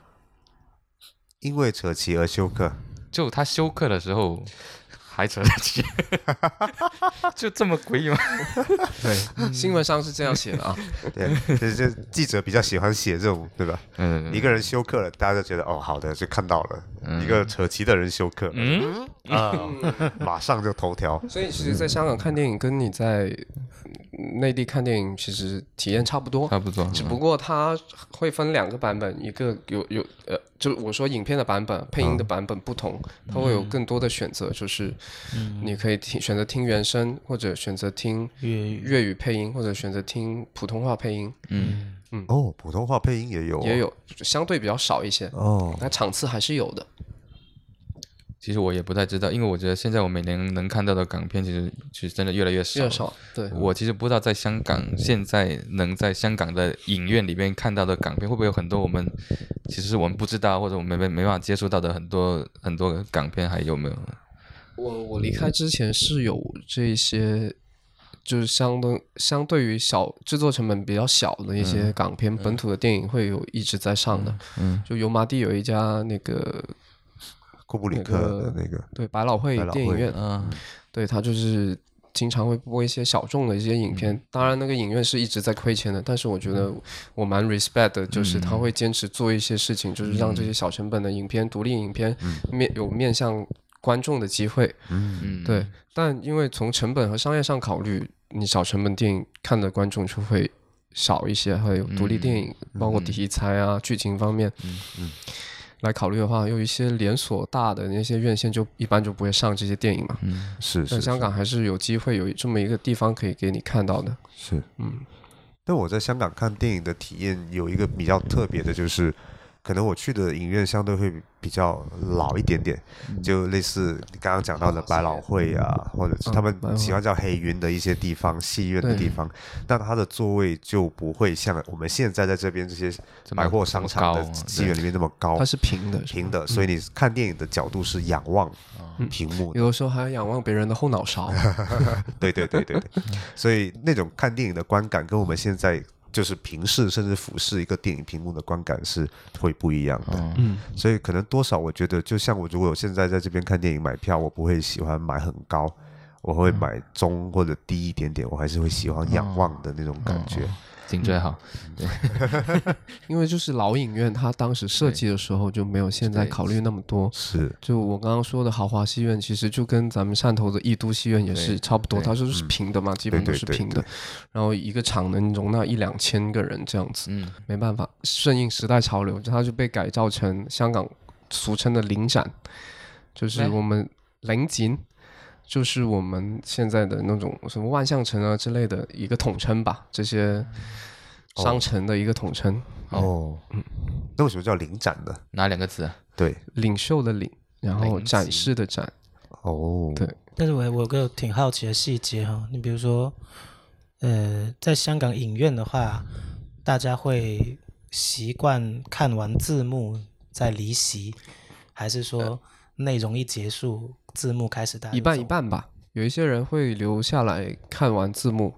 因为扯旗而休克，
就他休克的时候，还扯下去， 就这么诡异吗？
对，嗯新闻上是这样写的啊。
对，就是这记者比较喜欢写这种，对吧？
嗯
一个人休克了，大家就觉得哦，好的，就看到了、一个扯旗的人休克了，嗯啊，马上就头条。
所以其实，在香港看电影跟你在内地看电影其实体验差不多，
差不多
只不过它会分两个版本，一个有有呃，就我说影片的版本、配音的版本不同，它会有更多的选择，就是你可以听选择听原声，或者选择听
粤语
粤语配音，或者选择听普通话配音，
嗯
哦，普通话配音也有、
也有相对比较少一些，
哦，
但场次还是有的。
其实我也不太知道，因为我觉得现在我每年能看到的港片，其实其实真的越来越少。
比较少，对，
我其实不知道在香港现在能在香港的影院里面看到的港片，会不会有很多我们其实是我们不知道或者我们没没没办法接触到的很多很多港片，还有没有？
我我离开之前是有这些，就是相当相对于小制作成本比较小的一
嗯
些港片、本土的电影会有一直在上的，
嗯，
就油麻地有一家那个
库布里克的那个，
对百老汇
百老
电影
汇嗯
院，
啊，
对它就是经常会播一些小众的一些影
嗯
片，当然那个影院是一直在亏钱的，但是我觉得我蛮 respect 的，
嗯
就是他会坚持做一些事情，就是让这些小成本的影片、独立影片
嗯
面有面向观众的机会。
嗯，
对，但因为从成本和商业上考虑，你小成本电影看的观众就会少一些，还有独
嗯
立电影，包括题材啊、剧情方面，嗯嗯，来考虑的话，有一些连锁大的那些院线就一般就不会上这些电影嘛。
是
但
是
香港还是有机会有这么一个地方可以给你看到的。
是，
嗯，
但我在香港看电影的体验有一个比较特别的，就是可能我去的影院相对会比较老一点点，就类似你刚刚讲到的百老汇啊，或者是他们
百老汇
喜欢叫黑云的一些地方、戏院的地方，那它的座位就不会像我们现在在这边这些
这么
百货商场
这么
的
嗯高啊
戏院里面那么高
它。是平的，
平的，所以你看电影的角度是仰望屏幕的。
有的时候还要仰望别人的后脑 勺。
对对对对对，所以那种看电影的观感跟我们现在就是平视甚至俯视一个电影屏幕的观感是会不一样的。
嗯
所以可能多少我觉得，就像我如果我现在在这边看电影买票，我不会喜欢买很高，我会买中或者低一点点，我还是会喜欢仰望的那种感觉。
颈椎好，
因为就是老影院，它当时设计的时候就没有现在考虑那么多。
是，
就我刚刚说的豪华戏院，其实就跟咱们汕头的逸都戏院也是差不多，
对嗯
它就是平的嘛，基本都是平的。然后一个场能容纳一两千个人这样子，
嗯
没办法，顺应时代潮流，它就被改造成香港俗称的领展，就是
哎
我们领锦，就是我们现在的那种什么万象城啊之类的一个统称吧，这些
哦
商城的一个统称，
哦，那为什么叫领展呢？
哪两个字啊？
对，
领袖的领，然后
领锦
展示的展。
哦，
对
但是我我有个挺好奇的细节哈、你比如说，呃，在香港影院的话，大家会习惯看完字幕再离席，还是说内容一结束，字幕开始大家
呃一
就
半
走
一半吧。有一些人会留下来看完字幕，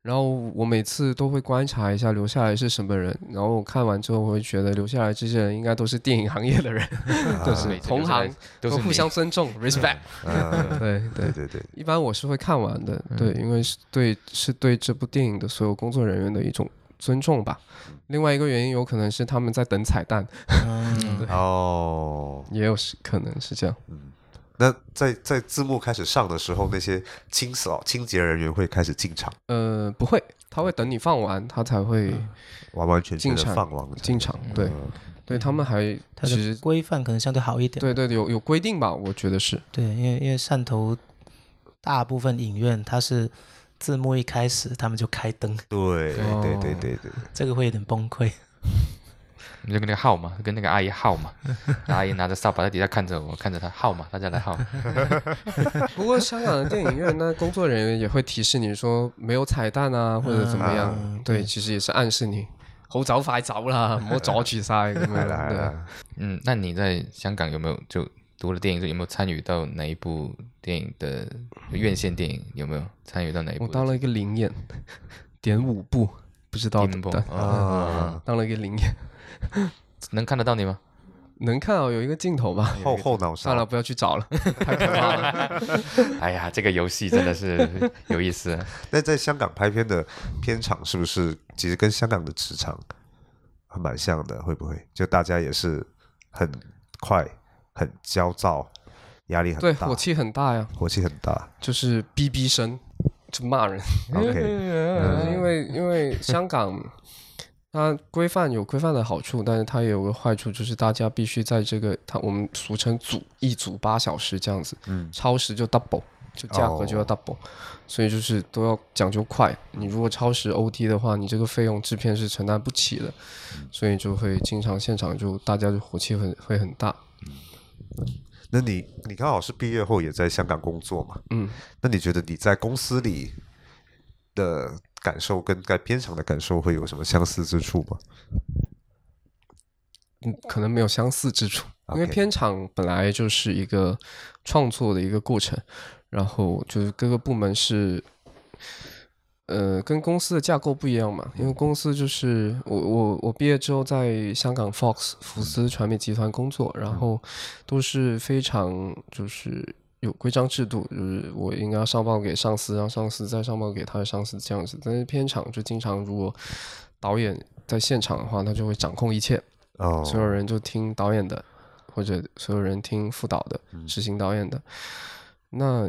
然后我每次都会观察一下留下来是什么人，然后我看完之后我会觉得留下来这些人应该都是电影行业的人，
啊
就
每
是
次
同
留下来
行，
都啊是
互
你
相尊重，respect。
嗯，
对对
对，对对，
一般我是会看完的，对，因为是对是对这部电影的所有工作人员的一种尊重吧。另外一个原因有可能是他们在等彩蛋，
嗯，
哦，
也有是可能是这样。
那在在字幕开始上的时候，那些清扫清洁人员会开始进场，
呃，不会，他会等你放完，他才会
完完全全的
进场
放完了。
进场。对，对他们还
它
其
的
实
规范可能相对好一点。
对对，有有规定吧？我觉得是，
对，因为因为汕头大部分影院它是字幕一开始他们就开灯，
对
哦对
对对对对，
这个会有点崩溃。
你就跟那个号嘛，跟那个阿姨号嘛，阿姨拿着扫把在底下看着我，看着她号嘛，大家来号，
不过香港的电影院呢，工作人员也会提示你说没有彩蛋啊，或者怎么样。
嗯
对，其实也是暗示你，好走快走啦，唔好阻住晒咁
来
樣啦啊
来
對
来，
嗯，那你在香港有没有就读了电影之后有没有参与到哪一部电影的院线电影？有没有参与到哪一部
我
的？
当了一个零演，点五部，不知道的，
丁波
对
啊，
啊，
当了一个零演，
能看得到你吗？
能看到有一个镜头吧？
后后脑勺
算嗯了，不要去找了，太可怕了。
哎呀，这个游戏真的是有意思。啊
那在香港拍片的片场是不是其实跟香港的职场还蛮像的？会不会就大家也是很快、很焦躁，压力很
对，
大，
火气很大呀，
火气很大。
就是哔哔声，就骂人。
OK，嗯
因为因为香港它规范有规范的好处，但是它也有个坏处，就是大家必须在这个它我们俗称组一组八小时这样子，
嗯
超时就 double，就价格就要
哦
double，、所以就是都要讲究快。你如果超时 OT 的话，你这个费用制片是承担不起的，
嗯
所以就会经常现场就大家就火气很会很大。
那你你刚好是毕业后也在香港工作嘛？
嗯，
那你觉得你在公司里的感受跟在片场的感受会有什么相似之处吗？
嗯，可能没有相似之处，因为
OK
片场本来就是一个创作的一个过程，然后就是各个部门是，呃，跟公司的架构不一样嘛，因为公司就是我我我毕业之后在香港 Fox 福斯传媒集团工作，然后都是非常就是。有规章制度，就是我应该要上报给上司，然后上司再上报给他的上司这样子。但是片场就经常，如果导演在现场的话，他就会掌控一切，
哦，
所有人就听导演的，或者所有人听副导的、执行导演的。那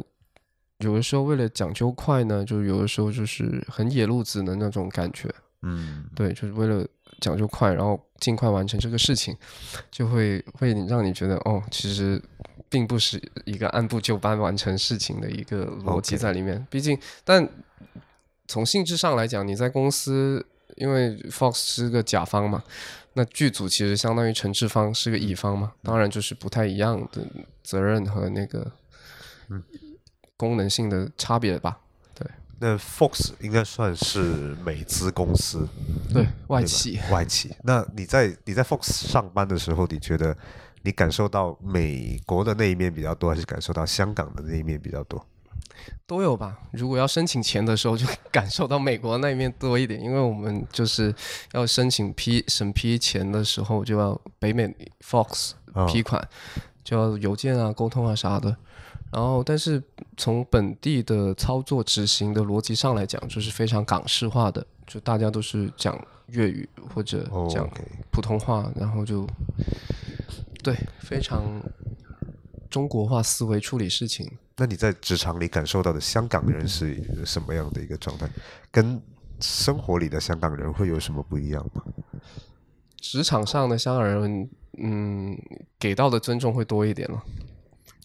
有的时候为了讲究快呢，就有的时候就是很野路子的那种感觉，
嗯，
对，就是为了讲究快，然后尽快完成这个事情，就会会你让你觉得哦，其实并不是一个按部就班完成事情的一个逻辑
OK
在里面。毕竟，但从性质上来讲，你在公司，因为 Fox 是个甲方嘛，那剧组其实相当于承制方是个
嗯
乙方嘛，当然就是不太一样的责任和那个
嗯
功能性的差别吧。
那 Fox 应该算是美资公司，
对，
对
外
吧
企。，
外企。那你在你在 Fox 上班的时候，你觉得你感受到美国的那一面比较多，还是感受到香港的那一面比较多？
都有吧。如果要申请钱的时候，就 感受到美国那一面多一点，因为我们就是要申请批审批钱的时候，就要北美 Fox
哦
批款，就要邮件啊、沟通啊啥的。然后，但是从本地的操作执行的逻辑上来讲，就是非常港式化的，就大家都是讲粤语或者
哦
讲
OK
普通话，然后就对非常中国化思维处理事情。
那你在职场里感受到的香港人是什么样的一个状态？跟生活里的香港人会有什么不一样吗？
职场上的香港人，嗯，给到的尊重会多一点了。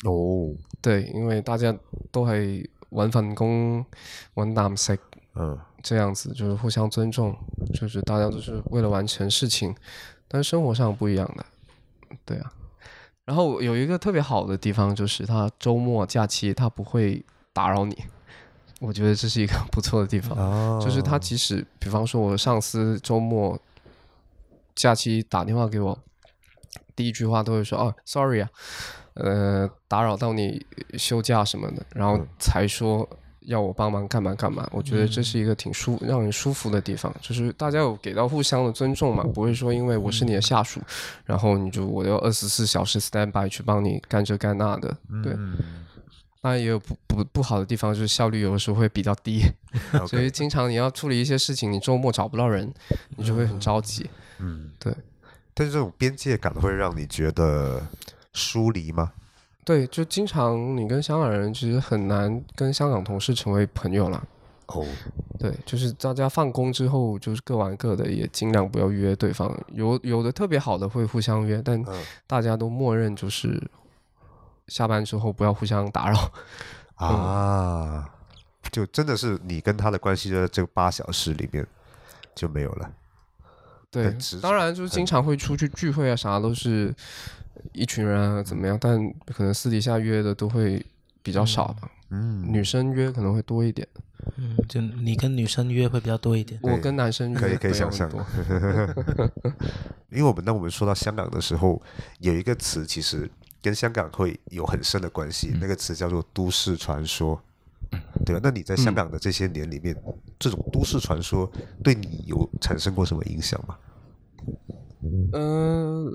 哦，
对，因为大家都係揾份工、揾啖食
嗯，
這樣子，就是互相尊重，就是大家都是為了完成事情，但是生活上不一樣的，对啊。然后有一個特別好的地方就是，他周末假期他不會打擾你，我覺得這是一個 不錯的地方。
哦
就是他即使比方说我上司周末假期打电话给我，第一句话都会说哦，sorry 啊，呃，打扰到你休假什么的，然后才说要我帮忙干嘛干嘛。我觉得这是一个挺舒让人舒服的地方，就是大家有给到互相的尊重嘛，不会说因为我是你的下属，然后你就我要二十四小时 stand by 去帮你干这干那的，对。当然也有不不不好的地方，就是效率有的时候会比较低，
嗯
所以经常你要处理一些事情，你周末找不到人，你就会很着急。
嗯，
对
但是这种边界感会让你觉得疏离吗？
对，就经常你跟香港人其实很难跟香港同事成为朋友啦。
哦，
对，就是大家放工之后就是各玩各的，也尽量不要约对方。有有的特别好的会互相约，但
嗯
大家都默认就是下班之后不要互相打扰。
啊，就真的是你跟他的关系就在这个八小时里面就没有了。
对
很直，
当然就是经常会出去聚会啊，啥都是一群人啊怎么
嗯
样，但可能私底下约的都会比较少吧。
嗯，
女生约可能会多一点，
嗯，就你跟女生约会比较多一点。
我跟男生约
可以可以
没
想
有很
象
多
因为我们当我们说到香港的时候，有一个词其实跟香港会有很深的关系，那个词叫做都市传说，对吧？那你在香
嗯
港的这些年里面，这种都市传说对你有产生过什么影响吗？
嗯、呃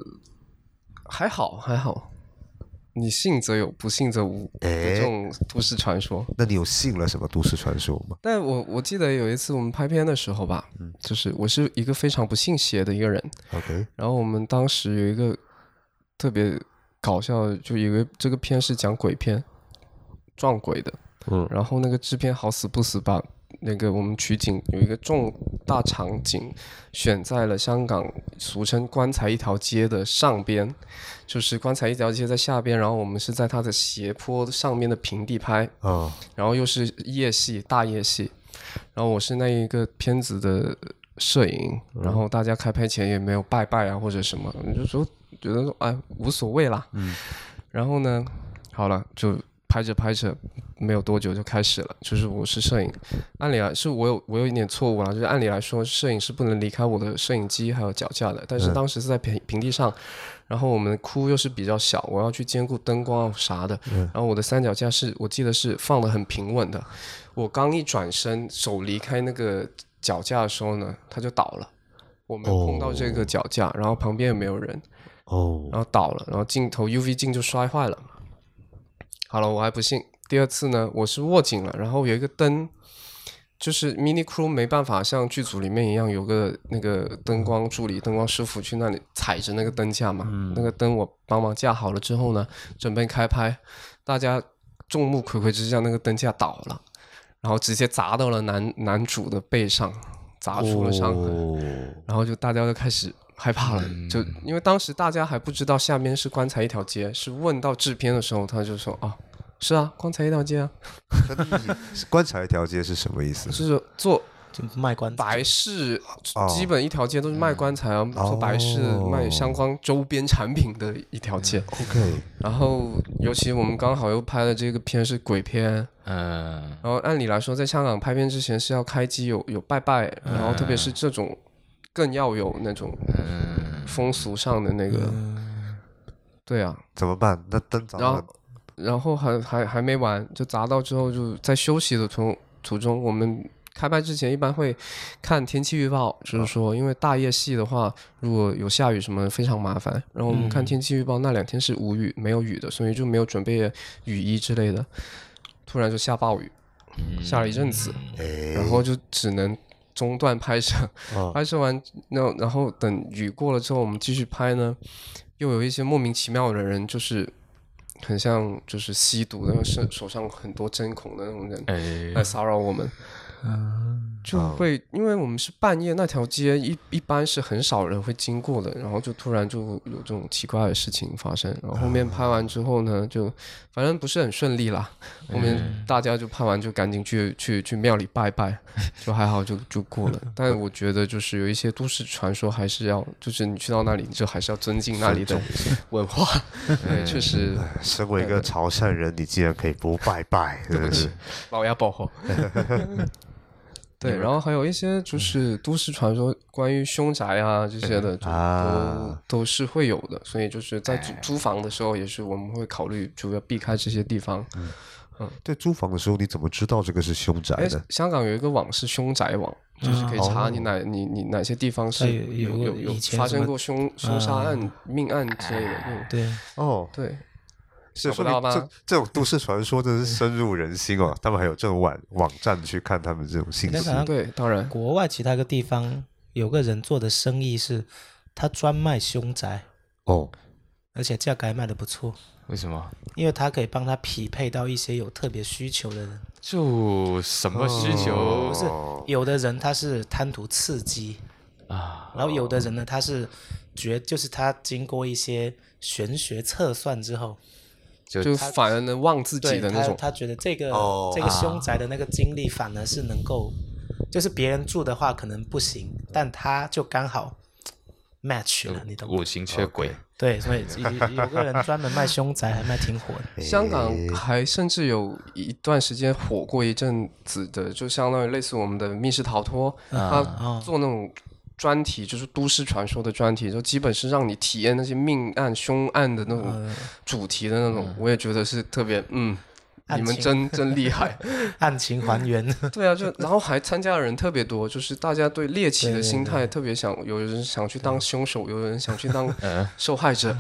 还好还好。你信则有，不信则无，有
哎
这种都市传说。
那你有信了什么都市传说吗？
但我我记得有一次我们拍片的时候吧，
嗯
就是我是一个非常不信邪的一个人，
OK，
然后我们当时有一个特别搞笑的，就有一个这个片是讲鬼片，撞鬼的，
嗯
然后那个制片好死不死把那个我们取景有一个重大场景选在了香港俗称棺材一条街的上边，就是棺材一条街在下边，然后我们是在它的斜坡上面的平地拍，
哦，
然后又是夜戏，大夜戏，然后我是那一个片子的摄影，然后大家开拍前也没有拜拜啊或者什么，你就说觉得说哎无所谓啦，嗯，然后呢，好了就。拍着拍着，没有多久就开始了。就是我是摄影，按理来是我有我有一点错误啦。就是按理来说，摄影是不能离开我的摄影机还有脚架的。但是当时是在平平地上，然后我们窟又是比较小，我要去兼顾灯光啊啥的。然后我的三脚架是我记得是放的很平稳的，我刚一转身手离开那个脚架的时候呢，它就倒了，我没有碰到这个脚架，然后旁边也没有人，
哦，
然后倒了，然后镜头 UV 镜就摔坏了。好了，我还不信。第二次呢，我是握紧了，然后有一个灯，就是 Mini Crew 没办法像剧组里面一样有个那个灯光助理、灯光师傅去那里踩着那个灯架嘛。那个灯我帮忙架好了之后呢，准备开拍，大家众目睽睽之下，那个灯架倒了，然后直接砸到了男男主的背上，砸出了
哦
伤痕。然后就大家就开始害怕了，
嗯
就因为当时大家还不知道下面是棺材一条街，是问到制片的时候，他就说啊，是啊，棺材一条街啊，
是棺材一条街是什么意思？
就是做
就卖棺材。
白事，
哦嗯
基本一条街都是卖棺材啊，做白事
哦嗯
卖相关周边产品的一条街。
OK，
然后尤其我们刚好又拍的这个片是鬼片，
嗯
然后按理来说，在香港拍片之前是要开机有有拜拜，然后特别
嗯
是这种更要有那种
嗯，
风俗上的那
嗯
个，
嗯
对啊。
怎么办？那灯着
然
了
后，然后还还还没完，就砸到之后就在休息的途途中，我们开拍之前一般会看天气预报，就是说，因为大夜戏的话，如果有下雨什么非常麻烦。然后我们看天气预报，那两天是无雨没有雨的，所以就没有准备雨衣之类的。突然就下暴雨，
嗯
下了一阵子，
哎，
然后就只能中断拍摄。
哦
拍摄完，那然后等雨过了之后，我们继续拍呢，又有一些莫名其妙的人，就是很像就是吸毒的，手手上很多针孔的那种人
哎
来骚扰我们，就会因为我们是半夜那条街一一般是很少人会经过的，然后就突然就有这种奇怪的事情发生，然后后面拍完之后呢，就反正不是很顺利啦，后面大家就拍完就赶紧去去去庙里拜拜，就还好就就过了。但我觉得就是有一些都市传说还是要，就是你去到那里，你就还是要尊敬那里的 文化。对，确 实
身为一个潮汕人，你竟然可以不拜拜，真的是
老牙保护。对，然后还有一些
嗯
就是都市传说，关于凶宅啊这些的，就
啊
都都是会有的。所以就是在
哎
租租房的时候，也是我们会考虑就要避开这些地方。
嗯
对，租房的时候你怎么知道这个是凶宅
哎
呢？，
香港有一个网是凶宅网，就是可以查你哪你你哪些地方
嗯哦它
是
有有
有
个
有
以前
发
什
生
么啊哎
过凶凶杀案、命案之类的那种。
对，
哦，
对，
是
找不
说
到
明
吗哎
这这种都市传说真的是深入人心哦。他们还有这种网网站去看他们这种信
哎
但
息
是好像
对，当然
国外其他个地方有个人做的生意是，他专卖凶宅，
哦。
而且价格还卖的不错，
为什么？
因为他可以帮他匹配到一些有特别需求的人。
就什么需
哦
求
不是有的人他是贪图刺激，
啊？
然后有的
哦
人呢他是觉就是他经过一些玄学测算之后，
就反而能旺自己
对
的那
他
种。啊
他觉得这个、
哦
这个凶宅的那个经历反而是能够，就是别人住的话可能不行，但他就刚好 match 了，你懂吗？
五行缺鬼，
对，所以有有个人专门卖凶宅，还卖挺火的。
香港还甚至有一段时间火过一阵子的，就相当于类似我们的密室逃脱，
啊
他做那种专题，就是都市传说的专题，就基本是让你体
嗯
验那些命案、凶案的那种主题的那种，我也觉得是特别嗯。
案
你们
情
真真厉害。
案情还原，
对啊，就然后还参加的人特别多，就是大家对猎奇
对
的
对
心态特别想，有人想去当凶手，有人想去当
呃，
受害者。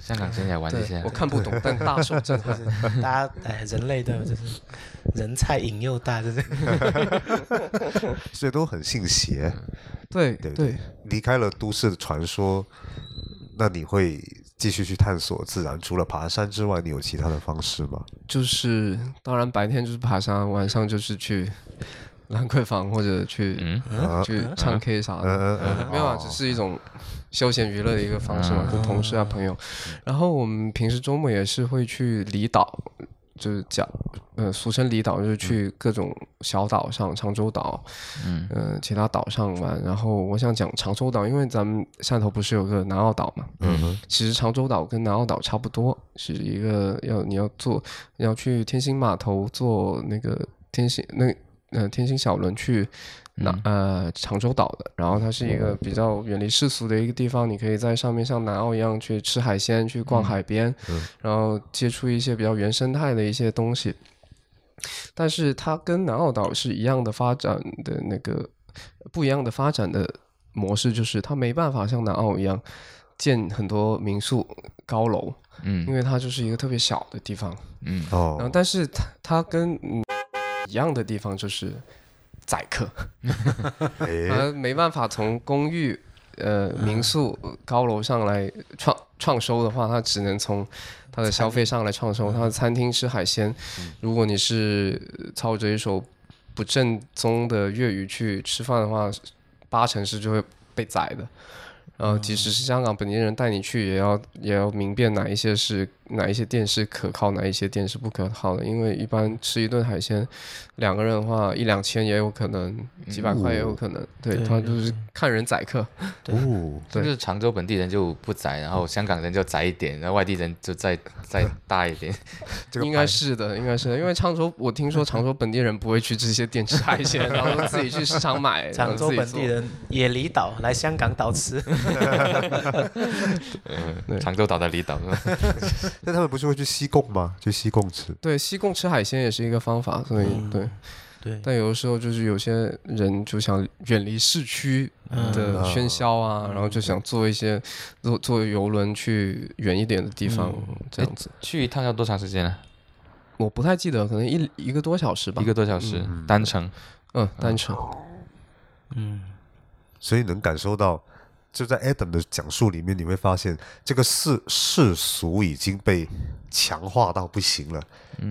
香港先来玩一
对
下，
我。看不懂，但大受震撼。
大家哎，人类的就是人菜瘾又大，就是
所以都很信邪。
嗯对
对
对，
离开了都市的传说，那你会继续去探索自然？除了爬山之外，你有其他的方式吗？
就是当然白天就是爬山，晚上就是去 兰桂坊或者去
嗯，
去唱 K 啥的。
嗯嗯
没有啊，只是一种休闲娱乐的一个方式嘛，就同事啊朋友。然后我们平时周末也是会去离岛，就是讲呃俗称离岛，就是去各种小岛上，长洲岛，
嗯
呃其他岛上玩。然后我想讲长洲岛，因为咱们汕头不是有个南澳岛嘛，
嗯哼，
其实长洲岛跟南澳岛差不多，是一个要你要坐要去天星码头坐那个天星那呃天星小轮去南、呃长洲岛的，然后它是一个比较远离世俗的一个地方，你可以在上面像南澳一样去吃海鲜、去逛海边，然后接触一些比较原生态的一些东西。但是它跟南澳岛是一样的发展的那个不一样的发展的模式，就是它没办法像南澳一样建很多民宿高楼，因
嗯
为它就是一个特别小的地方。
嗯，
哦，
然后，但是它它跟嗯一样的地方就是宰客，
哎，
它没办法从公寓。呃，民宿高楼上来创创收的话，它只能从它的消费上来创收。它的餐厅吃海鲜，如果你是呃操着一首不正宗的粤语去吃饭的话，八成是就会被宰的。然后，即使是香港本地人带你去，也要也要明辨哪一些是哪一些店是可靠，哪一些店是不可靠的。因为一般吃一顿海鲜，两个人的话一两千也有可能，几百块也有可能。对
对
他就是看人宰客。
哦，
对
就是常州本地人就不宅，然后香港人就宅一点，然后外地人就再再大一点。
这个
应该
牌
是的，应该是的，因为常州，我听说常州本地人不会去这些店吃海鲜，然后自己去市场买，然后
常州
自己
本
做
地。人也离岛来香港岛吃，
嗯，常州岛的离岛，
那他们不是会去西贡吗？去西贡吃？
对，西贡吃海鲜也是一个方法，所以对。
对，
但有的时候就是有些人就想远离市区的喧嚣啊，然后就想坐一些坐坐游轮去远一点的地方，这样子。
去一趟要多长时间呢？
我不太记得，可能一一个多小时吧
一。个多小时，单程。
嗯，单程。
所以能感受到，就在 Adam 的讲述里面，你会发现这个世世俗已经被强化到不行了。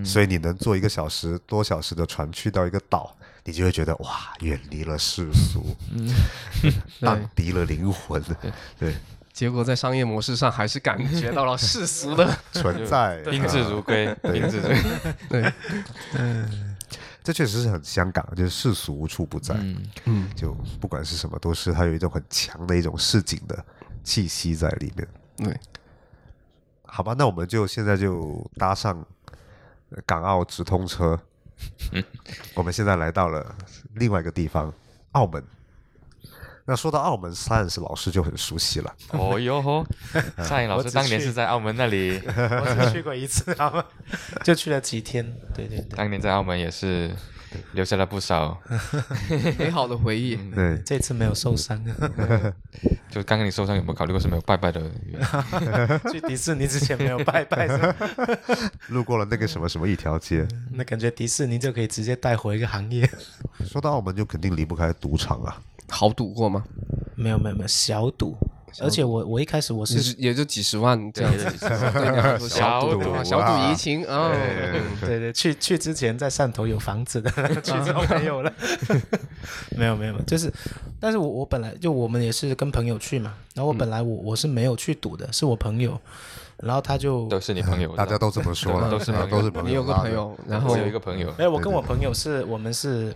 所以你能坐一个小时多小时的船去到一个岛，你就会觉得哇，远离了世俗， 荡涤了灵魂，嗯对，
结果在商业模式上还是感觉到了世俗 的。
存在。啊
宾至如归，宾至如归。
对，
这确实是很香港，就是世俗无处不在。嗯，就不管是什么，都是它有一种很强的一种市井的气息在里面。
对，
好吧，那我们就现在就搭上呃港澳直通车，我们现在来到了另外一个地方——澳门。那说到澳门，science 老师就很熟悉了。
哦哟吼，蔡颖老
我
师
只
当年是
去
在澳门那里，
我只去过一次，好吗？就去了几天，对对对，
当年在澳门也是留下了不少。
美好的回忆。
对，
这次没有受伤。
就刚刚你受伤有没有考虑过是没有拜拜的原因？
去迪士尼之前没有拜拜是吧，
路过了那个什么什么一条街。
那感觉迪士尼就可以直接带火一个行业。
说到澳门，就肯定离不开赌场啊。
豪赌过吗？
没有没有没有小赌，而且我我一开始我
就是是也就几十万这样子，对你来说
小
赌
赌
啊
啊
小赌怡情啊。
对对，去去之前在汕头有房子的，去之后没有了。 没有没有，就是，但是我我本来就我们也是跟朋友去嘛，然后我本来我我是没有去赌的，是我朋友，然后他就
都是你朋友，
大家都这么说了，
都是
啊
朋友
都是朋友。
你有个朋，友，然后
我有一个朋友
没，有，我跟我朋友是我们是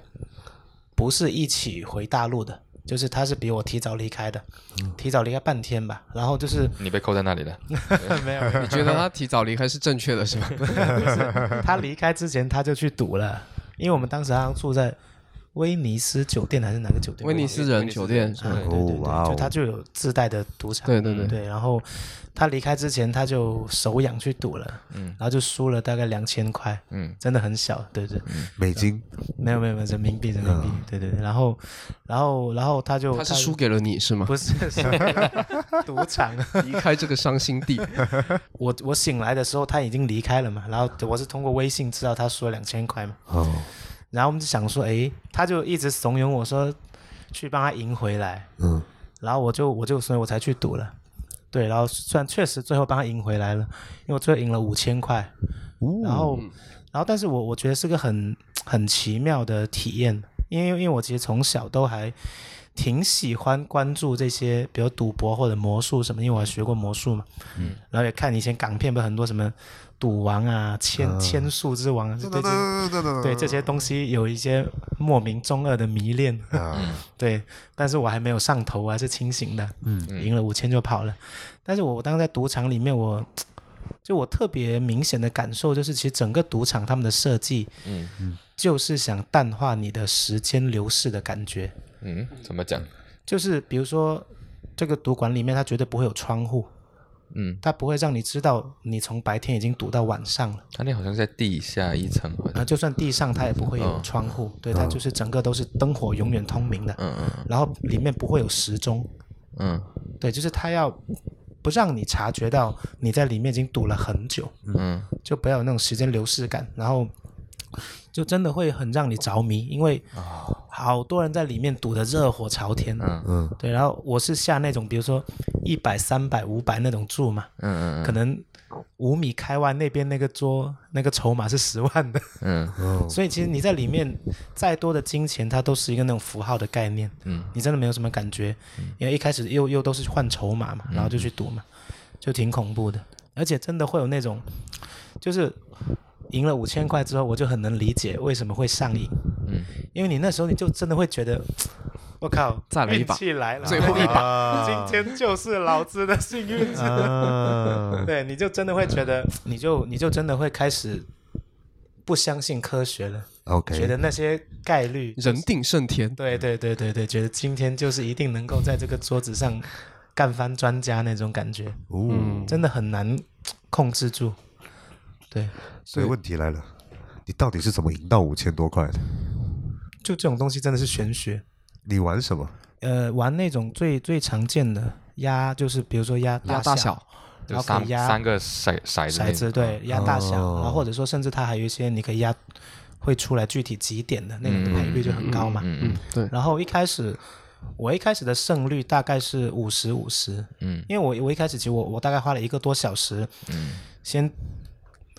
不是一起回大陆的？就是他是比我提早离开的，
嗯
提早离开半天吧。然后就是
你被扣在那里了。
嗯
没 有，没有
你觉得他提早离开是正确的，是吧？
他离开之前他就去赌了，因为我们当时好像住在威尼斯酒店还是哪个酒店？
威尼斯人嗯酒店
啊，
对
对对对，
哇哦
就他就有自带的赌场，
对对对
对，然后他离开之前他就手痒去赌了，嗯，然后就输了大概两千块，
嗯，
真的很小，对对，
美金
没有没有没有人民币人民币，
嗯
对对对，然后然后然后他就
他是输给了你是吗？
不是输给了赌场，
离 开这个伤心 地，
我我醒来的时候他已经离开了嘛，然后我是通过微信知道他输了两千块嘛，
哦，
然后我们就想说，诶，他就一直怂恿我说去帮他赢回来，
嗯，
然后我就我就所以我才去赌了，对，然后虽然确实最后帮他赢回来了，因为我最后赢了五千块，然后然后但是我我觉得是个很很奇妙的体验，因为因为我其实从小都还挺喜欢关注这些，比如赌博或者魔术什么，因为我还学过魔术嘛，嗯，然后也看以前港片不是很多什么赌王啊、千、千术之王啊，就对这些对这些东西有一些莫名中二的迷恋，对，但是我还没有上头，我啊还是清醒的，嗯，赢了五千就跑了。但是我当时在赌场里面，我就我特别明显的感受就是，其实整个赌场他们的设计，
嗯
就是想淡化你的时间流逝的感觉，
嗯，怎么讲？
就是比如说这个赌馆里面，它绝对不会有窗户，
嗯，
它不会让你知道你从白天已经赌到晚上了。
他那好像在地下一层，好
啊，
像，
就算地上它也不会有
嗯
窗户，对，它就是整个都是灯火永远通明的，
嗯嗯
然后里面不会有时钟，
嗯
对，就是它要不让你察觉到你在里面已经赌了很久，
嗯
就不要有那种时间流逝感，然后就真的会很让你着迷，因为好多人在里面赌的热火朝天，
啊嗯
嗯
对，然后我是下那种比如说一百、三百、五百那种注嘛，
嗯
可能五米开外那边那个桌那个筹码是十万的。
嗯嗯
所以其实你在里面再多的金钱，它都是一个那种符号的概念，
嗯，
你真的没有什么感觉，因为一开始又又都是换筹码嘛，然后就去赌嘛，就挺恐怖的，而且真的会有那种，就是赢了五千块之后，我就很能理解为什么会上瘾，
嗯，
因为你那时候你就真的会觉得，我靠，
再来一把
运气来了，
最后一
把
今天就是老子的幸运之
嗯，
对，你就真的会觉得，你就你就真的会开始不相信科学了，
，OK，
觉得那些概率，
人定胜天。
对对对对对，觉得今天就是一定能够在这个桌子上干翻专家那种感觉，
哦，
嗯
真的很难控制住。对，
所以问题来了，你到底是怎么赢到五千多块的？
就这种东西真的是玄学。
你玩什么？
呃，玩那种最最常见的压，就是比如说压
压大小，
就
然后可
三
以压
三个骰骰子那个
骰
啊哦
子，对，压大小，然后或者说甚至它还有一些你可以压会出来具体几点的那种的赔
嗯
率就很高嘛。
嗯，对，
然后一开始我一开始的胜率大概是五十五十，
嗯，
因为我我一开始其实我我大概花了一个多小时，嗯，先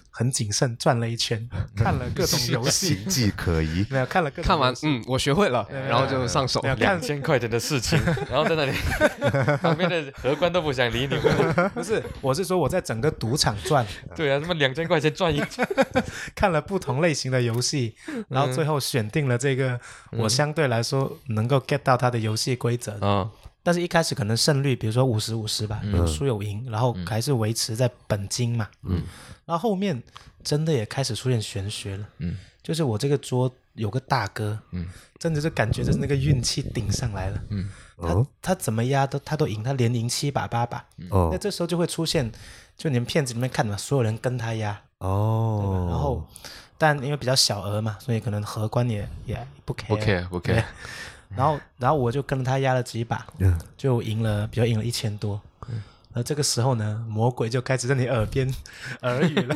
很谨慎转了一圈，看了各种游戏，
形迹可 疑。
没有看了各种
嗯看完
游戏
嗯，我学会了，然后就上手
没。有看
两千块钱的事 情，然后在那里旁边的荷官都不想理你们。
不是，我是说我在整个赌场转，
对啊，他妈两千块钱赚一 转，
看了不同类型的游戏，然
嗯
后最后选定了这个我相对来说能够 get 到它的游戏规则，
啊，
但是一开始可能胜率，比如说五十五十吧，有输有赢，然后还是维持在本金嘛。嗯，然后后面真的也开始出现玄学了。嗯，就是我这个桌有个大哥，嗯，真的就感觉就是那个运气顶上来了。嗯，他他怎么压都他都赢，他连赢七把八把。
哦
嗯那这时候就会出现，就你们片子里面看的嘛，所有人跟他压，
哦，
然后但因为比较小额嘛，所以可能荷官也也不 care。
不 care 不 care，
然后然后我就跟着他压了几把，
嗯
就赢了，比如赢了一千多。
嗯
而这个时候呢，魔鬼就开始在你耳边耳语 了，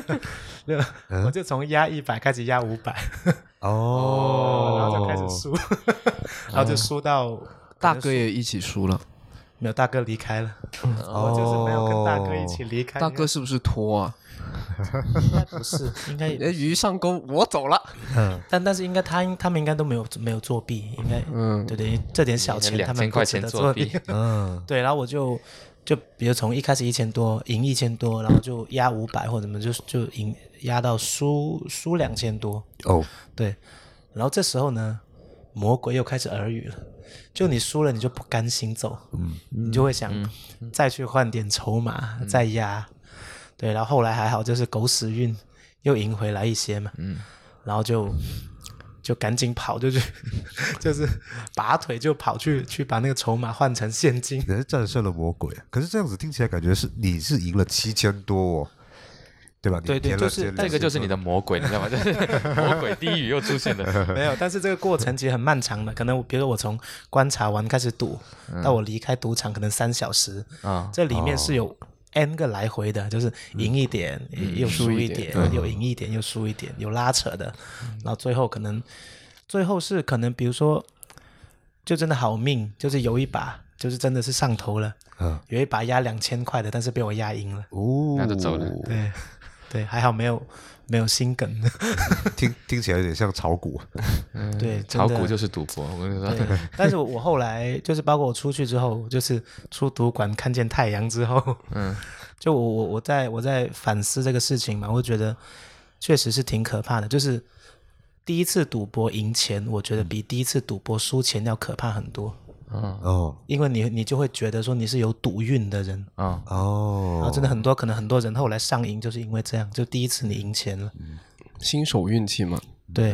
就
嗯
我就从压一百开始压五百，
哦，
然后就开始输，
嗯
然后就输到
大哥也一起输了，
没有大哥离开了，我哦就是没有跟大哥一起离开。
大哥是不是拖啊？
应该不是，应该
哎，鱼上钩，我走了。
但但是应该他他们应该都没有没有作弊，应该嗯，对对，这点小钱他
两
们
千
不
块
值
钱
得
作弊
弊。，
嗯
对，然后我就就比如从一开始一千多赢一千多，然后就压五百或者什么，就就赢压到输输两千多，
哦，
对，然后这时候呢，魔鬼又开始耳语了，就你输了你就不甘心走，你就会想再去换点筹码、再压，对，然后后来还好就是狗屎运又赢回来一些嘛，然后就就赶紧跑，就去， 就是拔腿就跑去去把那个筹码换成现金。
你还是战胜了魔鬼。可是这样子听起来感觉是你是赢了七千多、哦，对吧？你
对对
填了
就是
这
但
这个就是你的魔鬼，你知道吗？ 就是魔鬼地狱又出现了。
没 有，但是这个过程其实很漫长的，可能我比如说我从观察完开始赌，到我离开赌场可能三小时，
啊
这里面是有 n 个来回的，就是赢一点，又嗯输一点，嗯又赢一点，又输一点，有拉扯的，然后最后可能最后是可能比如说就真的好命，就是有一把就是真的是上头了，
嗯
有一把压两千块的，但是被我压赢了，
哦，
那就走了
对对，还好没有没有心梗，
听听起来有点像炒股，啊
对，真
炒
的
股就是赌博，我跟你说。
对 但是我我后来就是包括我出去之后，就是出赌馆看见太阳之后，
嗯，
就我我我在我在反思这个事情嘛，我就觉得确实是挺可怕的。就是第一次赌博赢钱，我觉得比第一次赌博输钱要可怕很多，嗯
哦
因为你你就会觉得说你是有赌运的人。
啊，
然后
哦，
真的很多，可能很多人后来上瘾就是因为这样，就第一次你赢钱了，
新手运气嘛，
对，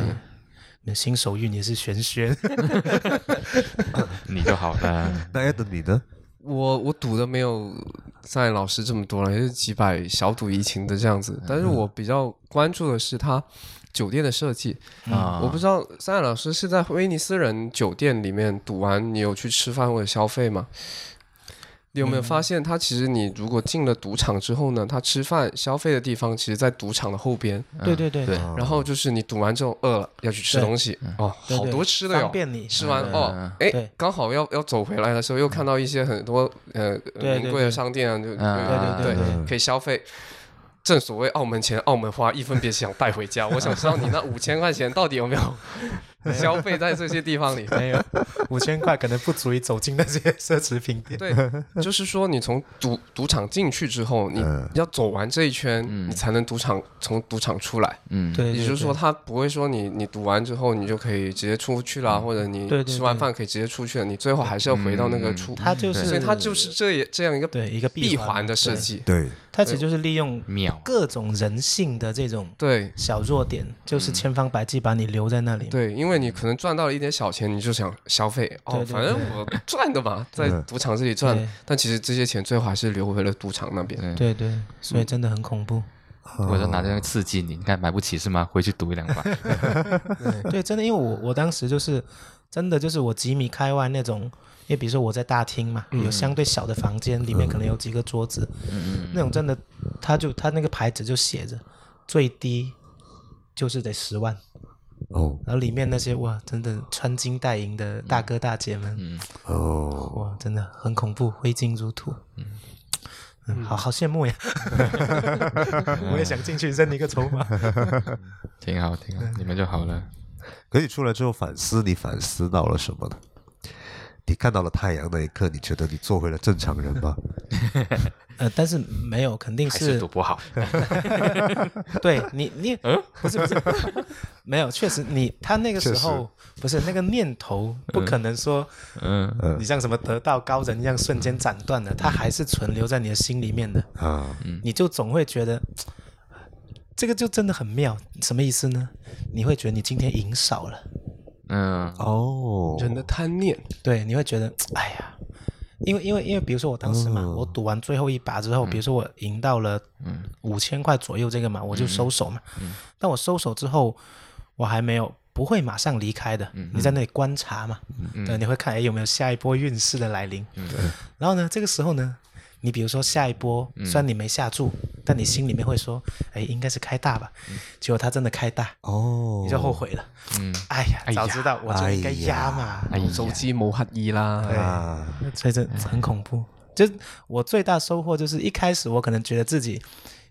那新手运也是玄学，
你就好了。嗯
那 Eden 你呢？
我我赌的没有在老师这么多了，也就几百小赌怡情的这样子。但是我比较关注的是他酒店的设计
嗯
啊
我不知道三海老师是在威尼斯人酒店里面赌完，你有去吃饭或者消费吗？你有
嗯
没有发现，他其实你如果进了赌场之后呢，他吃饭消费的地方其实，在赌场的后边。
对对对
对
然后就是你赌完之后饿了要去吃
哦对嗯
东西哦，
对
好
对
多吃的哟
方，便你
吃完
嗯
哦，哎
对，
刚好要要走回来的时候，又看到一些很多呃
对
名
对
贵的
对
商店啊，就
嗯
对
对对对
可以消费。正所谓澳门钱澳门花，一分别想带回家。我想知道你那五千块钱到底有没有消费在这些地方里？
没有，五千块可能不足以走进那些奢侈品店。
对，就是说你从赌赌场进去之后，你
嗯
要走完这一圈，你才能赌场从赌场出来。
嗯，
对
也就是说，，他不会说你你赌完之后你就可以直接出去了，或者你
对对
吃完
对
饭可以直接出去了，你最后还是要回到那个出。
他就是，
所以它就是这也这样一个
对一个
闭环
环
的设，计。
对，
对它其实就是利用
秒
各种人性的这种
对
小弱点，就是千方百计把你留在那里。
对，因为你可能赚到了一点小钱，你就想消费哦，
对对
反正我赚的 嘛，在
嗯
赌场这里赚的
对，
但其实这些钱最后还是流回了赌场那边。
对对，所以真的很恐怖。
我就拿这个刺激你，你看买不起是吗？回去赌一两 把。
对，真的，因为我我当时就是真的就是我几米开外那种，因为比如说我在大厅嘛，有相对小的房间，里面可能有几个桌子，那种真的，他就他那个牌子就写着最低就是得十万，
哦
然后里面那些哇，真的穿金戴银的大哥大姐们，
嗯
哦，
哇，真的很恐怖，挥金如土。嗯，好好羡慕呀！ 我也想进去扔一个筹码。
挺好，挺好，你们就好了。
可你出来之后反思，你反思到了什么呢？你看到了太阳那一刻，你觉得你做回了正常人吗？
呃，但是没有，肯定
还
是
是赌嗯博 好。
对你你不是不 是没有，确实你他那个时候不是那个念头，不可能说
嗯
你像什么得道高人一样瞬间斩断了，他还是存留在你的心里面的。
啊，
你就总会觉得这个就真的很妙。什么意思呢？你会觉得你今天赢少了，
嗯
哦，
人的贪念，
对，你会觉得哎呀，因为因为因为比如说我当时嘛，
嗯
我赌完最后一把之后，比如说我赢到了五千块左右这个嘛，我就收手嘛。
嗯
但我收手之后，我还没有。不会马上离开
嗯
的，你在那里观察嘛，对，你会看哎有没有下一波运势的来临。
嗯
然后呢，这个时候呢，你比如说下一波，
嗯
虽然你没下注，但你心里面会说，哎，应该是开大吧，结果他真的开大，
哦，
你就后悔了。
嗯，
哎呀，
哎呀
早知道我就应该压嘛。
哎呀，
手机谋黑衣
哎
啦，
啊，
所以这很恐怖。就是我最大收获就是一开始我可能觉得自己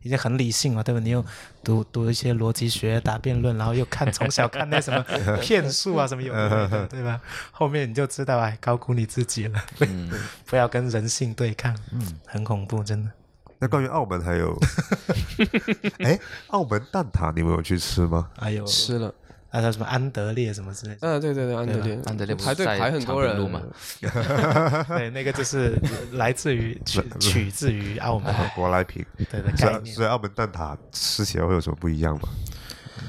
已经很理性了，对吧？你又读读一些逻辑学、打辩论，然后又看从小看那什么骗术啊什么有的没的，对吧？后面你就知道，哎，高估你自己了， 不要跟人性对抗，嗯，很恐怖，真的。
那关于澳门还有，哎，澳门蛋挞你们有去吃吗？
还有
吃了。
还有什么安德烈什么之类 的，
嗯，对对对，安德烈，
安德烈不是
排队
在
排很多
长
人
颈鹿吗？
对，那个就是来自于取取自于澳门
啊舶来品，
对的
所
概
以
念。
所以澳门蛋挞吃起来会有什么不一样吗？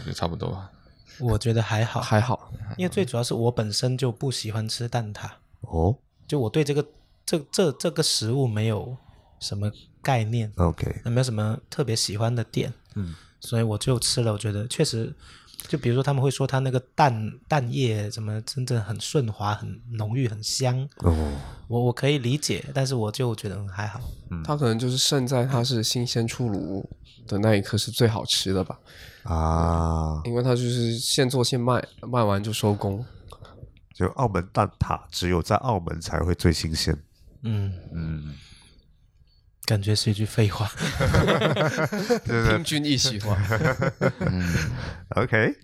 就差不多吧。
我觉得还好，
还好，
因为最主要是我本身就不喜欢吃蛋挞，
哦
就我对这个这这这个食物没有什么概念，
，OK，
没有什么特别喜欢的点，
嗯，
所以我就吃了，我觉得确实，就比如说他们会说它那个蛋蛋液怎么真正很顺滑、很浓郁、很香，
哦，
我我可以理解，但是我就觉得嗯还好，
它可能就是胜在它是新鲜出炉的那一刻是最好吃的吧，
啊，
因为它就是现做现卖，卖完就收工。
就澳门蛋挞只有在澳门才会最新鲜。
嗯，
嗯，
感觉是一句废话。
听君一席话，
OK，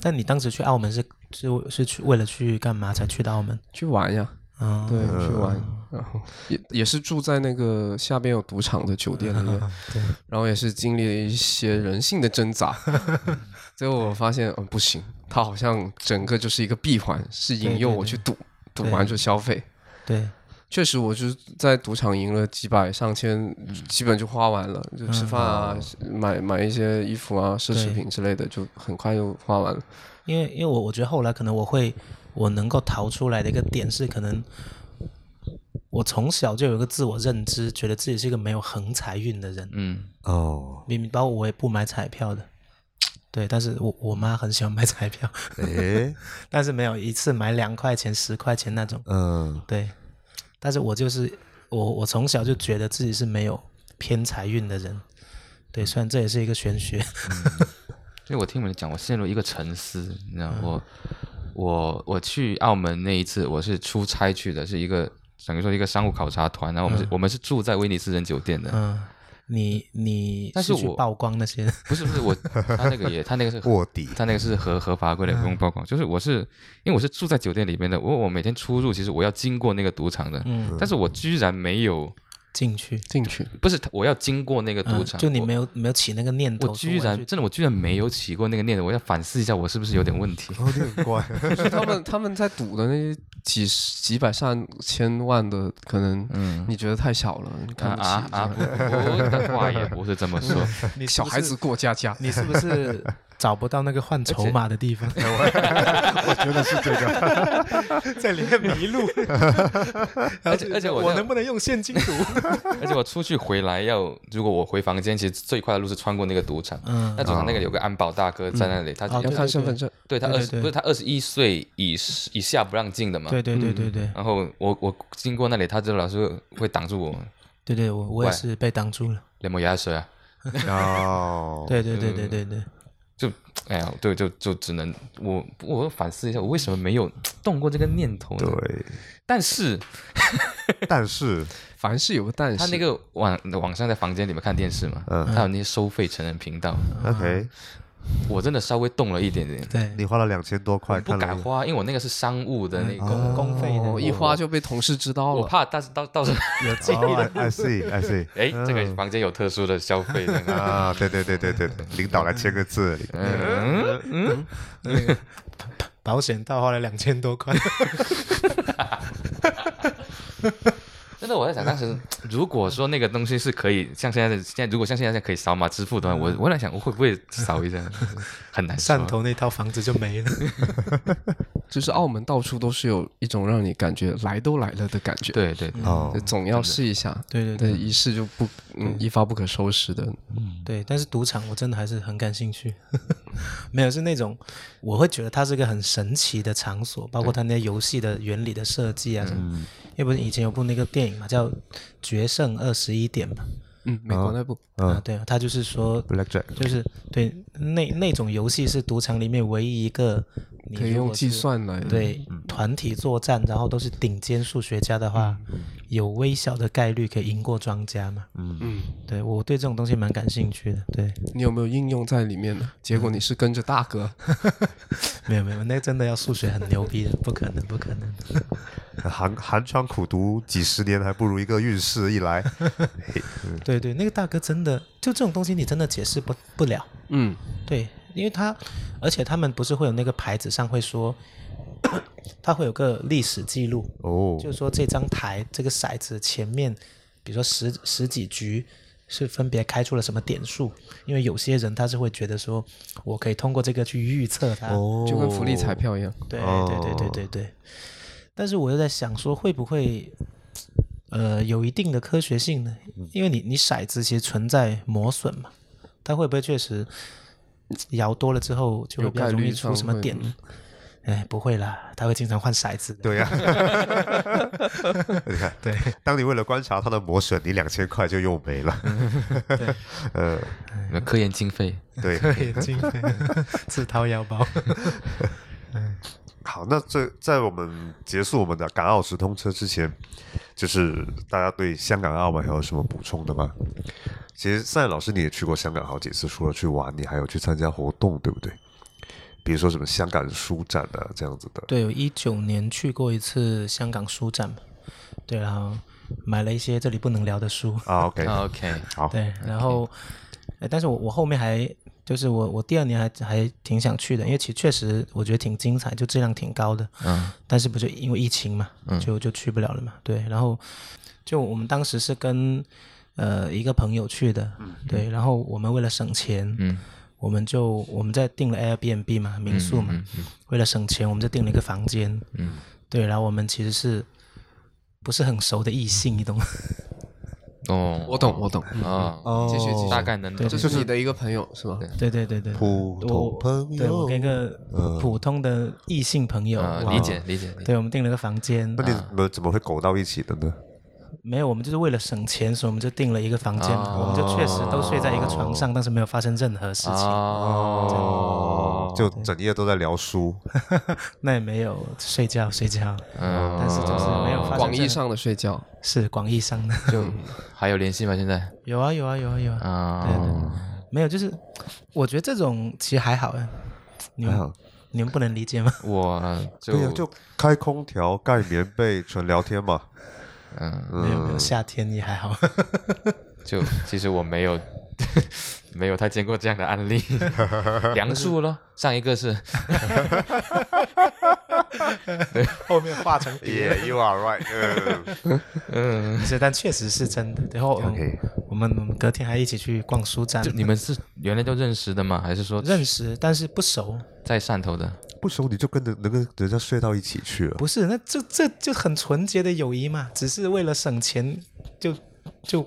但你当时去澳门是是是去为了去干嘛才去的澳门？
去玩呀，
啊、
对，去玩，然后也也是住在那个下边有赌场的酒店里面，然后也是经历了一些人性的挣扎，最后我发现，嗯，不行，它好像整个就是一个闭环，是引诱我去赌，赌完就消费。
对，
确实，我就是在赌场赢了几百上千，基本就花完了，就吃饭啊，买买一些衣服啊、奢侈
对
品之类的，就很快就花完了。
因为因为我我觉得后来可能我会我能够逃出来的一个点是，可能我从小就有一个自我认知，觉得自己是一个没有横财运的人。
嗯，
哦，
明明包括我也不买彩票的，对，但是我我妈很喜欢买彩票，
诶，
但是没有一次买两块钱、十块钱那种，
嗯，
对。但是我就是我，我从小就觉得自己是没有偏财运的人，对，虽然这也是一个玄学，
所以我听你们讲，我陷入一个沉思，你知道，
嗯
我我我去澳门那一次，我是出差去的，是一个等于说一个商务考察团，然后我们是、我们是住在威尼斯人酒店的，
嗯，你你
但是
去
我
曝光那些，
不是不是我，他那个也他那个是
卧底
他那个是合合法规的公共曝
嗯
光，就是我是因为我是住在酒店里面的，我我每天出入其实我要经过那个赌场的，
嗯，
但是我居然没有，
进去，
进去，
不是我要经过那个赌
嗯，
场，
就你
我
没有没有起那个念头
我
说要去，
居然真的我居然没有起过那个念头，我要反思一下我是不是有点问题。
哦，你很乖，
就他们他们在赌的那些几十几百上千万的，可能
嗯
你觉得太小了，你
啊
看不起。
啊啊！不不，的话也不是这么说，
你
小孩子，过家家，
你是不 是找不到那个换筹码的地方？
我觉得是这个。
在里面迷路，
而且而且我这样
不能用现金赌？
而且我出去回来要，如果我回房间，其实最快的路是穿过那个赌场。
嗯
那赌场那个有个安保大哥在那里，他
哦
要
对
看身份证。
啊对他
对
二
对
十
对
不是他二十一岁以以下不让进的嘛。
对对对对对
然后我我经过那里，他就老是会挡住我，
对对，我我也
喂
是被挡住了。
连抹牙水啊，
哦，
对对
嗯
对对对对，
就哎呀，对，就就只能我我反思一下，我为什么没有动过这个念头呢？，
对，
但是
但是
凡事有个但是，
他那个晚晚上在房间里面看电视嘛，
嗯
他有那些收费成人频道，
OK，
我真的稍微动了一点点，
你
对，
花了两千多块，
不
看
敢
了
花，因为我那个是商务的那个，
公公费
哦，
的，
一花就被同事知道
我
了。
怕到时到到时候
有记忆
哦
的。
，I see，I see，
哎，这个房间有特殊的消费这样啊。 嗯
啊，对对对对对，领导来签个字，
保险套花了两千多 块，
真的，我在想，当时如果说那个东西是可以像现在的现在，如果像现在可以扫码支付的话，我我在想，我会不会扫一下？ 很难 说
汕。头那套房子 就没了。
就是澳门到处都是有一种让你感觉来都来了的感觉，
对对，对
哦
对，，总要试一下。
对对
对，一试就不嗯一发不可收拾的。嗯
对，但是赌场我真的还是很感兴趣， 没有是那种我会觉得它是一个很神奇的场所，包括它那些游戏的原理的设计啊什
嗯
么。要不是以前有部那个电影嘛，叫《决胜二十一点》嘛，
嗯，美国
哦
那部
啊，对啊，它就是说
Blackjack
就是对那那种游戏是赌场里面唯一一个你
可以
如
用
果
计
是
算嗯来。，
对团体作战，然后都是顶尖数学家的话，有微小的概率可以赢过庄家嘛。
嗯，
对我对这种东西蛮感兴趣的。对，
你有没有应用在里面呢？结
嗯
果你是跟着大哥，
没有没有，那真的要数学很牛逼的，不可能不可能。
寒寒窗苦读几十年，还不如一个运势一来。
对对，那个大哥真的就这种东西，你真的解释不不了。
嗯，
对，因为他，而且他们不是会有那个牌子上会说， 他会有个历史记录，
哦，
就是说这张台这个骰子前面，比如说十十几局是分别开出了什么点数，因为有些人他是会觉得说，我可以通过这个去预测他，
哦，
就跟福利彩票一样。
对
哦
对对对对对。但是我又在想说，会不会呃有一定的科学性呢？因为你你骰子其实存在磨损嘛，它会不会确实摇多了之后就会
有
比较
概
容
率
易出
上
什么
会
点？哎，不会啦，他会经常换骰子的。
对呀、你看，对，当你为了观察它的磨损，你两千块就用没了。呃，
有科研经费，
对，
眼镜 自掏腰包。
好，那这在我们结束我们的港澳直通车之前，就是大家对香港、澳门还有什么补充的吗？其实赛老师你也去过香港好几次，除了去玩，你还有去参加活动，对不对？比如说什么香港书展啊这样子的。
对，我一九年去过一次香港书展嘛，对，然后买了一些这里不能聊的书，
啊，OK，
啊 OK，
好，
对，然后，呃但是我我后面还就是我我第二年还还挺想去的，因为其实确实我觉得挺精彩，就质量挺高的，
嗯，
但是不就因为疫情嘛，就就去不了了嘛，对，然后就我们当时是跟呃一个朋友去的，对，然后我们为了省钱，
嗯，
我们就我们在订了 Airbnb 嘛，民宿
嗯
嘛，为了省钱，我们就订了一个房间，嗯，对，然后我们其实是不是很熟的异性，你懂吗？
哦，
我懂，我懂。
哦，
继续继续
大概能懂，
这是你的一个朋友是吗？
对对对对，
普通
我
朋
对我
友嗯
跟一，个普通的异性朋友，
呃，
哇
理解理解，理解
对我们订了个房间啊
那，你怎么怎么会苟到一起的呢？
没有，我们就是为了省钱，所以我们就订了一个房间嘛，我们就确实都睡在一个床上，但是没有发生任何事
啊
情，
哦，就整夜都在聊书，
那也没有睡觉睡觉，但是就是没有发生
广
任
义
何
上的睡觉，嗯
是广义上的，
就还有联系吗？现在
有啊有啊有啊有啊，
啊，
没有，就是我觉得这种其实还好哎，你
还好
们你们不能理解吗？
我
对呀、
就
就开空调、盖棉被、纯聊天嘛。
没有没
嗯
有，夏天也还好，
就其实我没有 没有太见过这样的案例， 梁树咯，上一个是
后面化成
Yeah, you are right 嗯。
是，但确实是真的。然后我们
OK
我们我们隔天还一起去逛书展
就，你们是原来就认识的吗？还是说
认识，但是不熟。
在汕头的？
不熟你就跟着能跟人家睡到一起去了。
不是，那这这就很纯洁的友谊嘛，只是为了省钱就就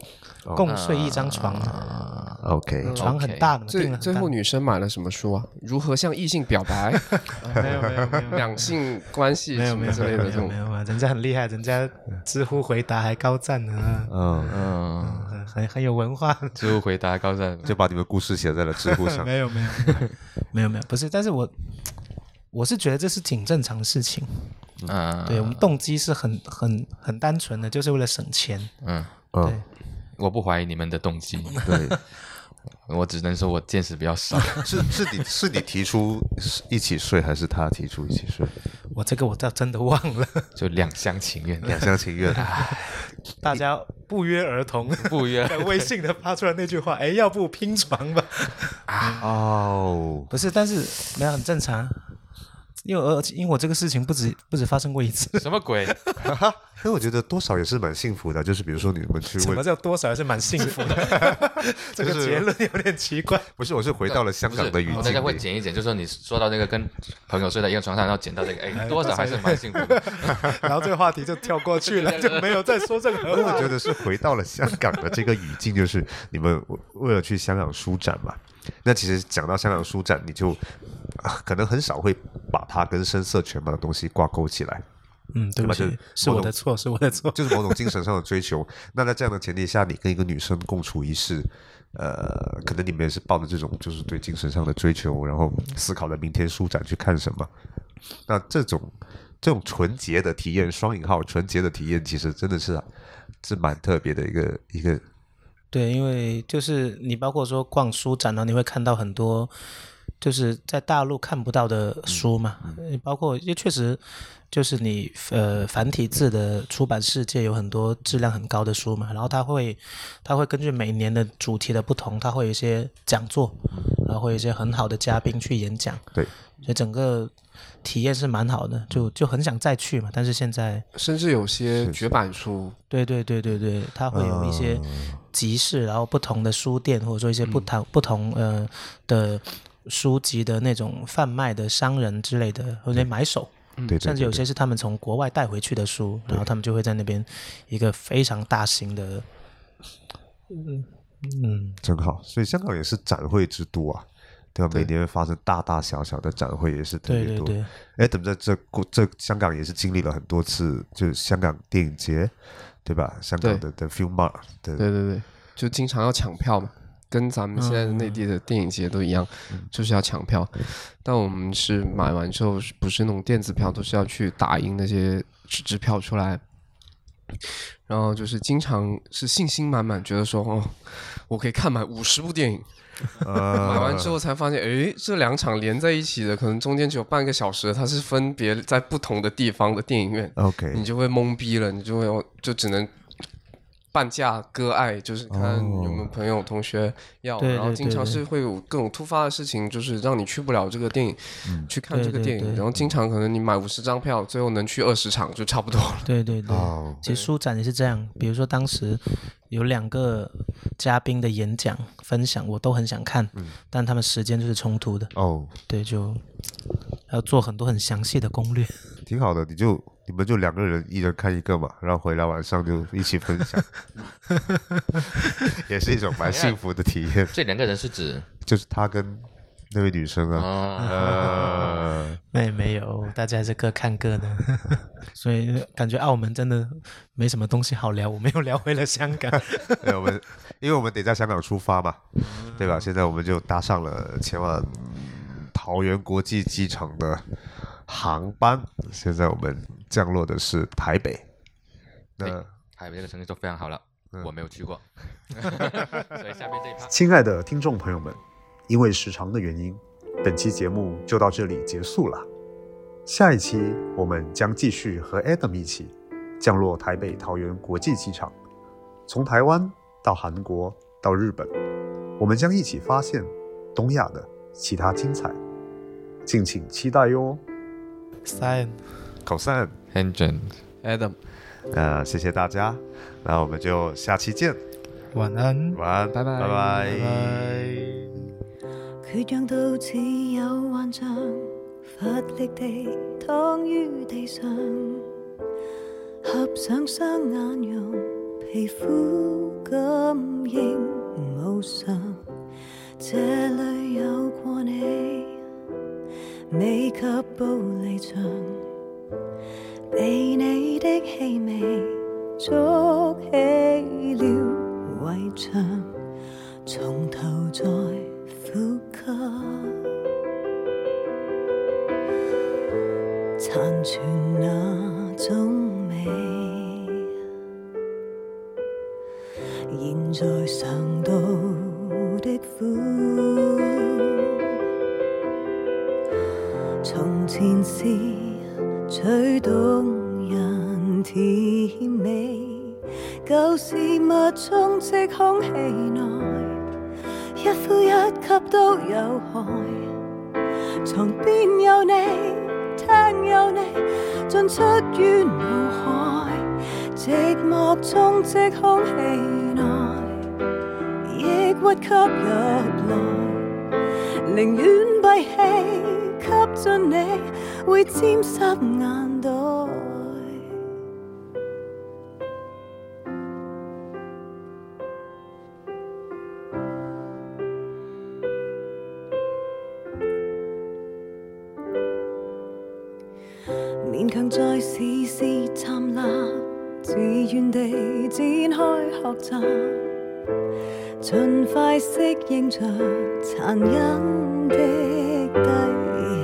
哦
共睡一张床，
啊
OK，
床很大的嘛，订
最
了
最
很大
后女生买了什么书啊？如何向异性表白？
哦没有没有没有没 有。
两性关系
没
什
有没
么
有
之
没
类
有
的这
没有
种
没。有啊，人家很厉害，人家知乎回答还高赞呢，
嗯，
嗯，
很很很有文化。
就回答高赞，
就把你们故事写在了知乎 上。
没有没有没有没有没有，不是，但是我我是觉得这是挺正常的事情。
嗯
啊
对我们动机是很很很单纯的，就是为了省钱。
嗯，
嗯，
我不怀疑你们的动机，
对，
我只能说我见识比较 少。
是是你是你提出一起睡，还是他提出一起睡？
我这个我倒真的忘了，
就两厢情愿，
两厢情 愿。
大家不约而同
不约
在微信的发出来那句话，哎，要不拼床吧？
哦，
不是，但是没有很正常，啊因为而因为我这个事情不止不止发生过一次。
什么鬼？
那我觉得多少也是蛮幸福的，就是比如说你们去
什么
问，
叫多少还是蛮幸福的， 这个结论有点奇怪。
不是，我是回到了香
不
港的语
是，大
境
家会
里。
剪一剪，就说你说到那个跟朋友睡在一个床上，然后剪到这个，哎，多少还是蛮幸福 的。
然后这个话题就跳过去了，就没有再说任何
我
话。
觉得是回到了香港的这个语境，就是你们为了去香港书展嘛。那其实讲到香港书展，你就、啊可能很少会把它跟声色犬马的东西挂钩起来。
嗯，对不
那
起
就，
是我的错，是我的错。
就是某种精神上的追求。 那在这样的前提下，你跟一个女生共处一室，呃，可能你们也是抱着这种就是对精神上的追求，然后思考着明天书展去看什么。那这种这种纯洁的体验，双引号纯洁的体验，其实真的是是蛮特别的一个一个。
对，因为就是你包括说逛书展呢，啊你会看到很多就是在大陆看不到的书嘛，呃包括也确实就是你呃繁体字的出版世界有很多质量很高的书嘛，然后它会它会根据每年的主题的不同，它会有一些讲座，然后会有一些很好的嘉宾去演讲，
对，
所以整个体验是蛮好的，就就很想再去嘛，但是现在。
甚至有些绝版书，
嗯
对对对对对，它会有一些集市，然后不同的书店或者说一些不同、不同呃的书籍的那种贩卖的商人之类的，或者买手。
对对
甚至
对
有
对
些嗯是他们从国外带回去的书，然后他们就会在那边一个非常大型的，嗯嗯，
真好。所以香港也是展会之都啊，对吧？每年发生大大小小的展会也是特
对
别
对
多。
对，
哎，等在这过这香港也是经历了很多次，就是香港电影节，对吧？香港的的 Film Mart 的
对对对，就经常要抢票嘛，跟咱们现在内地的电影节都一样，就是要抢票。但我们是买完之后，不是那种电子票，都是要去打印那些纸质票出来。然后就是经常是信心满满，觉得说哦，我可以看满五十部电影。
呃，
买完之后才发现，诶，这两场连在一起的，可能中间只有半个小时，它是分别在不同的地方的电影院。
OK，
你就会懵逼了，你就会有就只能半价割爱，就是看有没有朋友、同学要，
对对
然后经常
哦对对
是会有各种突发的事情，就是让你去不了这个电影，去看
对
这个
对
电影，
对
然后经常可能你买五十张票，最后能去二十场就差不多了。
对对对。
哦，
其实书展也是这样，比如说当时有两个嘉宾的演讲分享，我都很想看，
嗯
但他们时间就是冲突的，
哦，
对，就要做很多很详细的攻略。
挺好的，你就你们就两个人，一人看一个嘛，然后回来晚上就一起分 享，也是一种蛮幸福的体验。
这两个人是指
就是他跟那位女生啊，
哦，
呃，
那也没有，大家还是各看各的， 所以感觉澳门真的没什么东西好聊。我们又聊回了香港，
对哎我们因为我们得在香港出发嘛，对吧？现在我们就搭上了前往桃园国际机场的航班，现在我们降落的是台北。那
海北这个城市都非常好了，我没有去过，所以下面这一趴。
亲爱的听众朋友们，因为时长的原因，本期节目就到这里结束了。下一期我们将继续和 Adam 一起降落台北桃园国际机场，从台湾到韩国到日本，我们将一起发现东亚的其他精彩，敬请期待哟。
三
口散，
Hengen，
Adam，
那谢谢大家，那我们就下期见，
晚安。
晚安，
拜拜
拜
拜
拜
佢像到似有幻象，乏力地躺於地上，合上雙眼容，皮膚感應無常，這裏有過你，未及步離場，被你的氣味築起了圍牆。從頭再呼吸，殘存那種美，現在嘗到的苦，從前是最動人甜美，舊事物充斥空氣內。一呼一吸都有害。床邊有你，廳有你，進出於腦海，寂寞充斥空氣內，抑鬱吸入來，寧願閉氣吸進你，會沾濕眼袋。勉強再試試站立，自願地展開學習，盡快適應着殘忍的低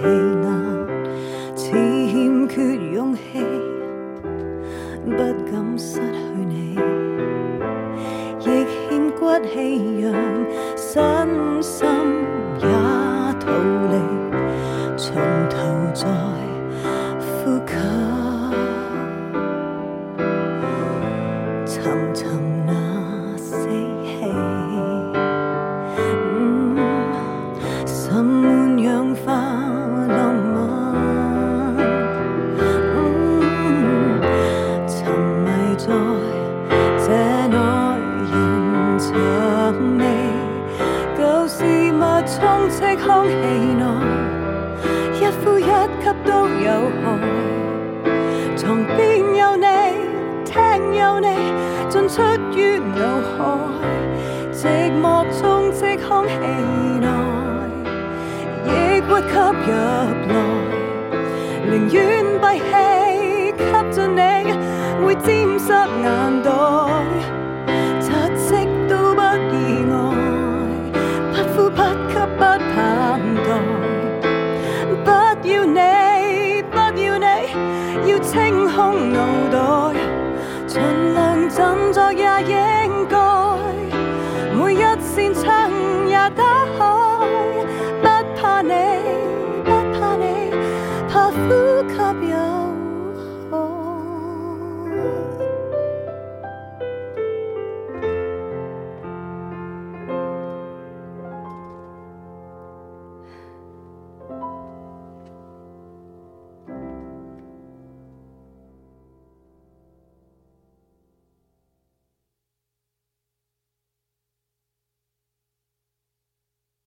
氣壓，似欠缺勇氣，不敢失去你，亦欠骨氣讓身心也逃離，從頭再。呼吸，尋尋那死氣，嗯滲滿氧化浪漫，嗯沉迷在這內人情即空氣內，一呼一吸都有害。床邊有你，聽有你，進出於腦海，寂寞中即空氣內，抑鬱吸入來，寧願閉氣吸進你，會沾濕眼袋。